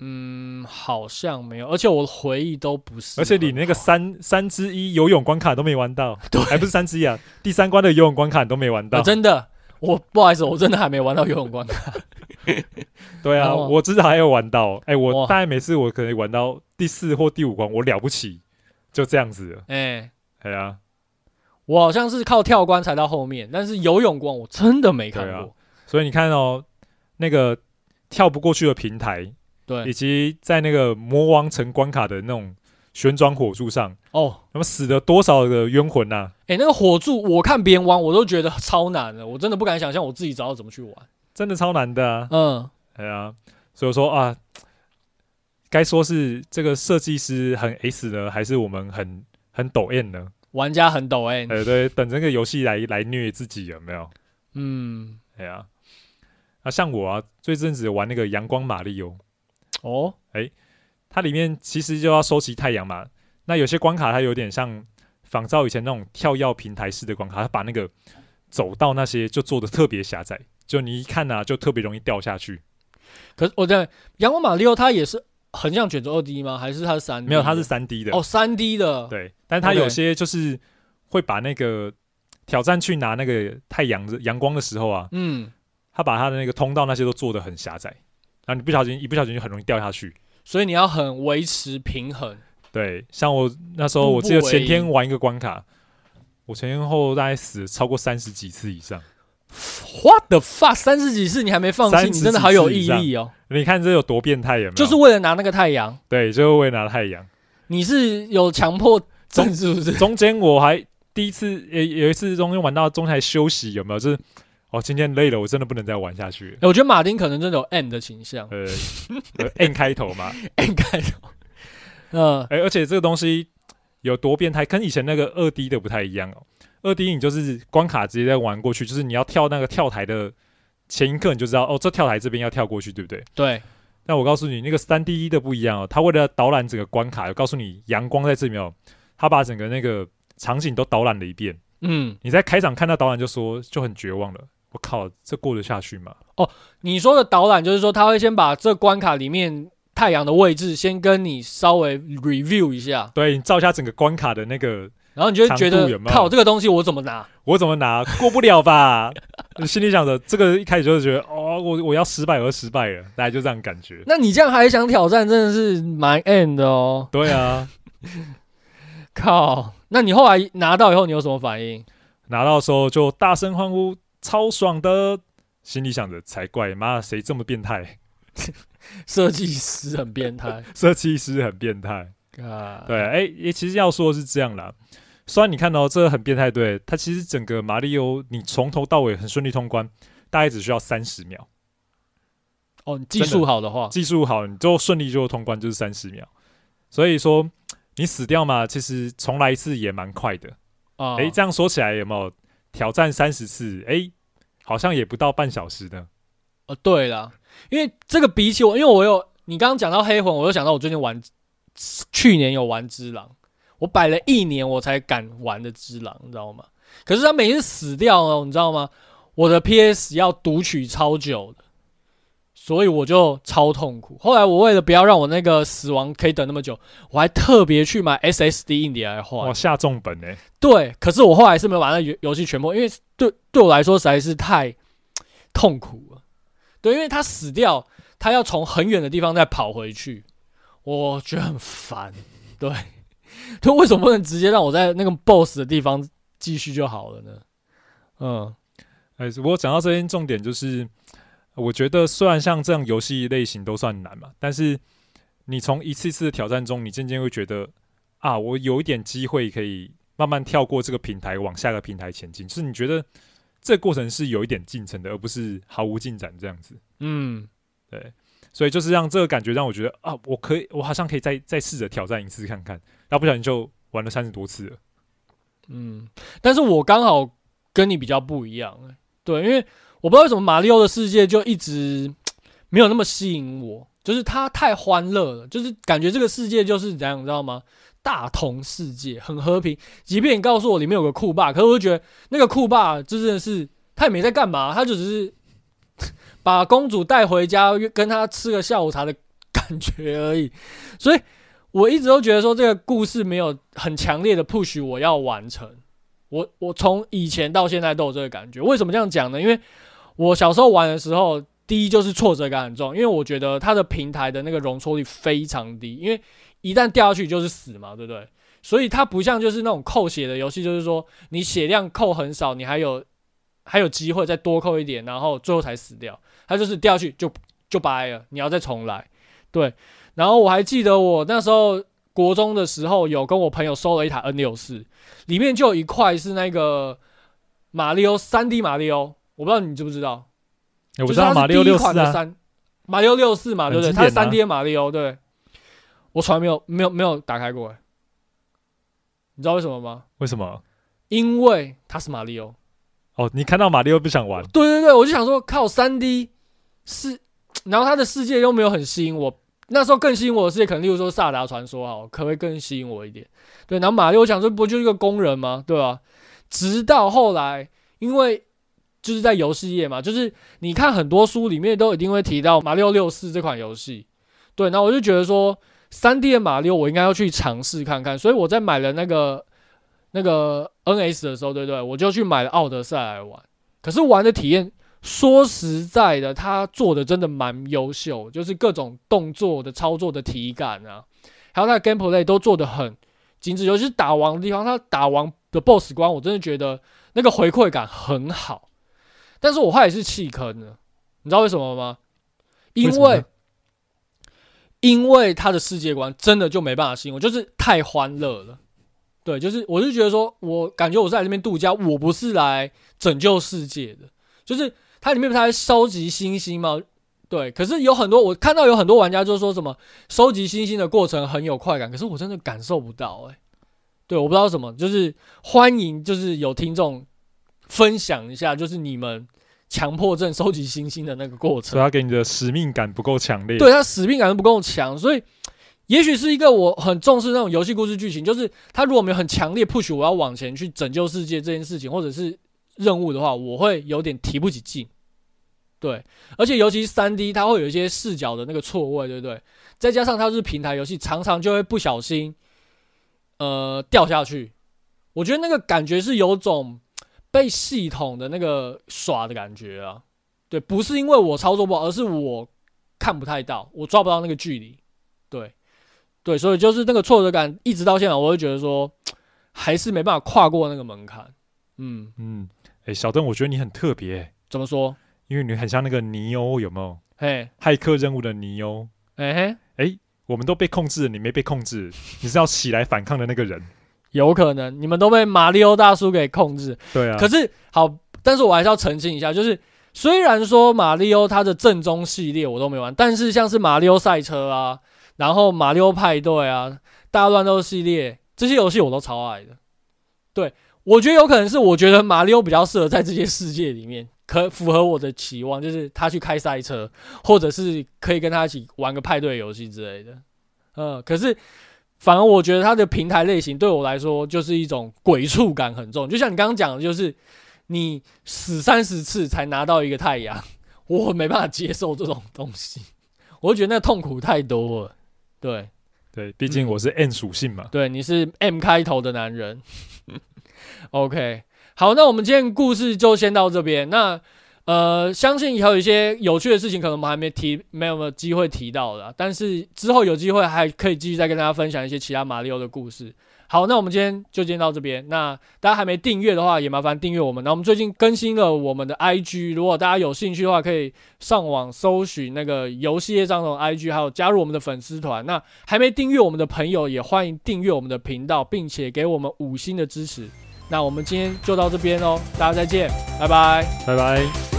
[SPEAKER 2] 嗯，好像没有，而且我的回忆都不是很好。
[SPEAKER 1] 而且你那个三三之一游泳关卡都没玩
[SPEAKER 2] *laughs*
[SPEAKER 1] 到，对，还不是三之一啊，第三关的游泳关卡你都没玩到。
[SPEAKER 2] 啊、真的，我不好意思，我真的还没玩到游
[SPEAKER 1] *laughs*
[SPEAKER 2] 泳关卡。
[SPEAKER 1] 对啊，
[SPEAKER 2] 哦
[SPEAKER 1] 我至少还有玩到。哎、我
[SPEAKER 2] 哇
[SPEAKER 1] 大概每次我可能玩到第四或第五关，我了不起，就这样子了。
[SPEAKER 2] 哎、
[SPEAKER 1] 哎呀、
[SPEAKER 2] 我好像是靠跳关才到后面，但是游泳关我真的没看
[SPEAKER 1] 对啊
[SPEAKER 2] 过。
[SPEAKER 1] 所以你看哦，那个跳不过去的平台，
[SPEAKER 2] 对,、
[SPEAKER 1] 以及在那个魔王城关卡的那种旋转火柱上，
[SPEAKER 2] 哦，
[SPEAKER 1] 那么死了多少的冤魂呐、啊
[SPEAKER 2] 哎、那个火柱，我看别人玩我都觉得超难的，我真的不敢想象我自己找到怎么去玩。
[SPEAKER 1] 真的超难的啊！
[SPEAKER 2] 嗯，
[SPEAKER 1] 哎呀，所以我说啊，该说是这个设计师很 S 呢，还是我们很很抖 M 呢？
[SPEAKER 2] 玩家很抖哎、
[SPEAKER 1] 呃，对，等这个游戏来来虐自己有没有？
[SPEAKER 2] 嗯，
[SPEAKER 1] 哎呀，啊，像我啊，最阵子玩那个阳光马里欧，
[SPEAKER 2] 哦，
[SPEAKER 1] 它里面其实就要收集太阳嘛。那有些关卡它有点像仿照以前那种跳跃平台式的关卡，它把那个走道那些就做的特别狭窄，就你一看啊，就特别容易掉下去。
[SPEAKER 2] 可是我在阳光马里奥它也是横向卷轴二 D 吗？还是它是三？
[SPEAKER 1] 没有，它是三 D 的
[SPEAKER 2] 嗯哦三 D 的，
[SPEAKER 1] 对，但它有
[SPEAKER 2] OK
[SPEAKER 1] 些就是会把那个挑战去拿那个太阳的阳光的时候啊，
[SPEAKER 2] 嗯，
[SPEAKER 1] 它把它的那个通道那些都做的很狭窄，然后你不小心一不小心就很容易掉下去。
[SPEAKER 2] 所以你要很维持平衡。
[SPEAKER 1] 对，像我那时候，我记得
[SPEAKER 2] 步步为
[SPEAKER 1] 前天
[SPEAKER 2] 营
[SPEAKER 1] 玩一个关卡，我前前后后大概死了超过三十几次以上。
[SPEAKER 2] What the fuck！三十几次你还没放弃，
[SPEAKER 1] 30
[SPEAKER 2] 你真的好有毅力哦！
[SPEAKER 1] 你看这有多变态，有没有？
[SPEAKER 2] 就是为了拿那个太阳，
[SPEAKER 1] 对，就是为了拿太阳。
[SPEAKER 2] 你是有强迫症是不是？
[SPEAKER 1] 中间我还第一次也有一次中间玩到中间还休息，有没有？就是哦，今天累了，我真的不能再玩下去了。
[SPEAKER 2] 欸我觉得马丁可能真的有 M 的倾向 *laughs*
[SPEAKER 1] 呃呃，N 开头嘛，
[SPEAKER 2] ，M 开头。嗯，
[SPEAKER 1] 哎、而且这个东西有多变态，跟以前那个二 D 的不太一样哦。二 D 你就是关卡直接在玩过去，就是你要跳那个跳台的前一刻你就知道哦，这跳台这边要跳过去，对不对？
[SPEAKER 2] 对，
[SPEAKER 1] 但我告诉你，那个三 D 的不一样哦，它为了导览整个关卡，告诉你阳光在这里面哦，它把整个那个场景都导览了一遍。
[SPEAKER 2] 嗯，
[SPEAKER 1] 你在开场看到导览就说就很绝望了，我靠，这过得下去吗？
[SPEAKER 2] 你说的导览就是说他会先把这关卡里面太阳的位置先跟你稍微 review 一下，
[SPEAKER 1] 对你照一下整个关卡的那个
[SPEAKER 2] 然后你就会觉
[SPEAKER 1] 长
[SPEAKER 2] 得
[SPEAKER 1] 度有没有
[SPEAKER 2] 靠这个东西我怎么拿？
[SPEAKER 1] 我怎么拿过不了吧？心里想着这个，一开始就是觉得哦，我我要失败，我要失败了，大概就这样感觉。
[SPEAKER 2] 那你这样还想挑战，真的是蛮 M 的哦！
[SPEAKER 1] 对啊，
[SPEAKER 2] 靠，那你后来拿到以后你有什么反应？
[SPEAKER 1] 拿到的时候就大声欢呼，超爽的。心里想着才怪，妈的谁这么变态？ *laughs*
[SPEAKER 2] 设计师很变态，
[SPEAKER 1] 设计师很变态。
[SPEAKER 2] 啊，
[SPEAKER 1] 对，哎、也其实要说的是这样啦。虽然你看到这个很变态，对它其实整个马里奥你从头到尾很顺利通关，大概只需要三十秒，
[SPEAKER 2] 哦，你技术好的话，
[SPEAKER 1] 技术好你就顺利就通关，就是三十秒。所以说你死掉嘛，其实重来一次也蛮快的。
[SPEAKER 2] 啊，
[SPEAKER 1] 哎、这样说起来有没有挑战三十次？哎、好像也不到半小时呢。
[SPEAKER 2] 哦，对啦，因为这个比起我，因为我有你刚刚讲到黑魂，我又想到我最近玩，去年有玩只狼，我摆了一年我才敢玩的只狼，你知道吗？可是他每次死掉哦，你知道吗？我的 PS 要读取超久的，所以我就超痛苦。后来我为了不要让我那个死亡可以等那么久，我还特别去买 SSD 硬碟来换
[SPEAKER 1] 哇，。下重本哎、
[SPEAKER 2] 对，可是我后来是没有把那游游戏全破，因为对对我来说实在是太痛苦了。对，因为他死掉，他要从很远的地方再跑回去，我觉得很烦。对， *laughs* 就为什么不能直接让我在那个 BOSS 的地方继续就好了呢？嗯，
[SPEAKER 1] 哎、不过讲到这边，重点就是，我觉得虽然像这样游戏类型都算难嘛，但是你从一次次的挑战中，你渐渐会觉得啊，我有一点机会可以慢慢跳过这个平台，往下个平台前进。就是你觉得这个过程是有一点进程的，而不是毫无进展这样子。
[SPEAKER 2] 嗯，
[SPEAKER 1] 对，所以就是让这个感觉让我觉得啊，我可以，我好像可以再再试着挑战一次看看。然后不小心就玩了三十多次了。
[SPEAKER 2] 嗯，但是我刚好跟你比较不一样、欸，对，因为我不知道为什么马里奥的世界就一直没有那么吸引我，就是它太欢乐了，就是感觉这个世界就是怎样，你知道吗？大同世界很和平，即便你告诉我里面有个酷爸，可是我就觉得那个酷爸就真的是他也没在干嘛，他就只是把公主带回家，跟她吃个下午茶的感觉而已，所以我一直都觉得说这个故事没有很强烈的 push 我要完成。我我从以前到现在都有这个感觉。为什么这样讲呢？因为我小时候玩的时候，第一就是挫折感很重，因为我觉得它的平台的那个容错率非常低，因为一旦掉下去就是死嘛，对不对？所以它不像就是那种扣血的游戏，就是说你血量扣很少，你还有还有机会再多扣一点，然后最后才死掉。它就是掉下去就就掰了，你要再重来。对，然后我还记得我那时候国中的时候，有跟我朋友收了一台 N 六四，里面就有一块是那个马里奥三 D 马里奥，我不知道你知不知道？
[SPEAKER 1] 欸哎我
[SPEAKER 2] 就
[SPEAKER 1] 知
[SPEAKER 2] 是
[SPEAKER 1] 道
[SPEAKER 2] 它
[SPEAKER 1] 马
[SPEAKER 2] 是
[SPEAKER 1] 里
[SPEAKER 2] 第
[SPEAKER 1] 奥
[SPEAKER 2] 一
[SPEAKER 1] 六
[SPEAKER 2] 款
[SPEAKER 1] 四
[SPEAKER 2] 的
[SPEAKER 1] 啊，
[SPEAKER 2] 三马里奥六四嘛，对不对？
[SPEAKER 1] 很经
[SPEAKER 2] 它
[SPEAKER 1] 典
[SPEAKER 2] 是三
[SPEAKER 1] 啊
[SPEAKER 2] D 马里奥，对，我从来没有没有没有打开过、欸，你知道为什么吗？
[SPEAKER 1] 为什么？
[SPEAKER 2] 因为它是马里奥。
[SPEAKER 1] 哦，你看到马里奥不想玩，
[SPEAKER 2] 对对对，我就想说，靠，三 D 是，然后它的世界又没有很吸引我。那时候更吸引我的世界，可能例如说《萨达传说》好，可能会更吸引我一点。对，然后马六，我想说，不就是一个工人吗？对吧、直到后来，因为就是在游戏业嘛，就是你看很多书里面都一定会提到《马六六四》这款游戏。对，那我就觉得说，三 D 的马六我应该要去尝试看看。所以我在买了那个那个 NS 的时候，对不对？我就去买了《奥德赛》来玩。可是玩的体验，说实在的，他做的真的蛮优秀，就是各种动作的操作的体感啊，还有他的 gameplay 都做的很精致，尤其是打王的地方，他打王的 BOSS 关，我真的觉得那个回馈感很好。但是我后来是弃坑了，你知道为什么吗？因
[SPEAKER 1] 为什么
[SPEAKER 2] 为
[SPEAKER 1] 呢
[SPEAKER 2] 因为他的世界观真的就没办法吸引我，就是太欢乐了。对，就是我就觉得说，我感觉我是来这边度假，我不是来拯救世界的。就是它里面不是还收集星星吗？对，可是有很多我看到有很多玩家就说什么收集星星的过程很有快感，可是我真的感受不到哎、欸对，我不知道什么，就是欢迎就是有听众分享一下，就是你们强迫症收集星星的那个过程
[SPEAKER 1] 所以。他给你的使命感不够强烈。
[SPEAKER 2] 对他使命感不够强，所以也许是一个我很重视那种游戏故事剧情，就是他如果没有很强烈 push 我要往前去拯救世界这件事情，或者是任务的话，我会有点提不起劲。对，而且尤其是三 D，它会有一些视角的那个错位，对不对？再加上它是平台游戏，常常就会不小心呃掉下去。我觉得那个感觉是有种被系统的那个耍的感觉啊。对，不是因为我操作不好，而是我看不太到，我抓不到那个距离。对，对，所以就是那个挫折感，一直到现在，我会觉得说，还是没办法跨过那个门槛。嗯，
[SPEAKER 1] 嗯，哎，小邓，我觉得你很特别欸、
[SPEAKER 2] 怎么说？
[SPEAKER 1] 因为你很像那个尼欧，有没有？
[SPEAKER 2] 嘿，
[SPEAKER 1] 骇客任务的尼欧，
[SPEAKER 2] 哎、嘿，
[SPEAKER 1] 我们都被控制了，你没被控制，你是要起来反抗的那个人。
[SPEAKER 2] 有可能你们都被马里奥大叔给控制。
[SPEAKER 1] 对啊，
[SPEAKER 2] 可是好，但是我还是要澄清一下，就是虽然说马里奥它的正宗系列我都没玩，但是像是马里奥赛车啊，然后马里奥派对啊，大乱斗系列这些游戏我都超爱的。对，我觉得有可能是我觉得马里奥比较适合在这些世界里面，可符合我的期望，就是他去开赛车，或者是可以跟他一起玩个派对游戏之类的。嗯，可是反而我觉得它的平台类型对我来说就是一种鬼畜感很重，就像你刚刚讲的，就是你死三十次才拿到一个太阳，我没办法接受这种东西，我觉得那痛苦太多了。对
[SPEAKER 1] 对，毕竟
[SPEAKER 2] 嗯
[SPEAKER 1] 我是 N 属性嘛。
[SPEAKER 2] 对，你是 M 开头的男人。OK，好，那我们今天故事就先到这边。那呃，相信还有一些有趣的事情，可能我们还没提，没有没有机会提到的啊、但是之后有机会还可以继续再跟大家分享一些其他马里奥的故事。好，那我们今天就先到这边。那大家还没订阅的话，也麻烦订阅我们。那我们最近更新了我们的 IG，如果大家有兴趣的话，可以上网搜寻那个游戏业张总 IG，还有加入我们的粉丝团。那还没订阅我们的朋友，也欢迎订阅我们的频道，并且给我们哦五星的支持。那我们今天就到这边喽，大家再见，拜拜。
[SPEAKER 1] 拜拜。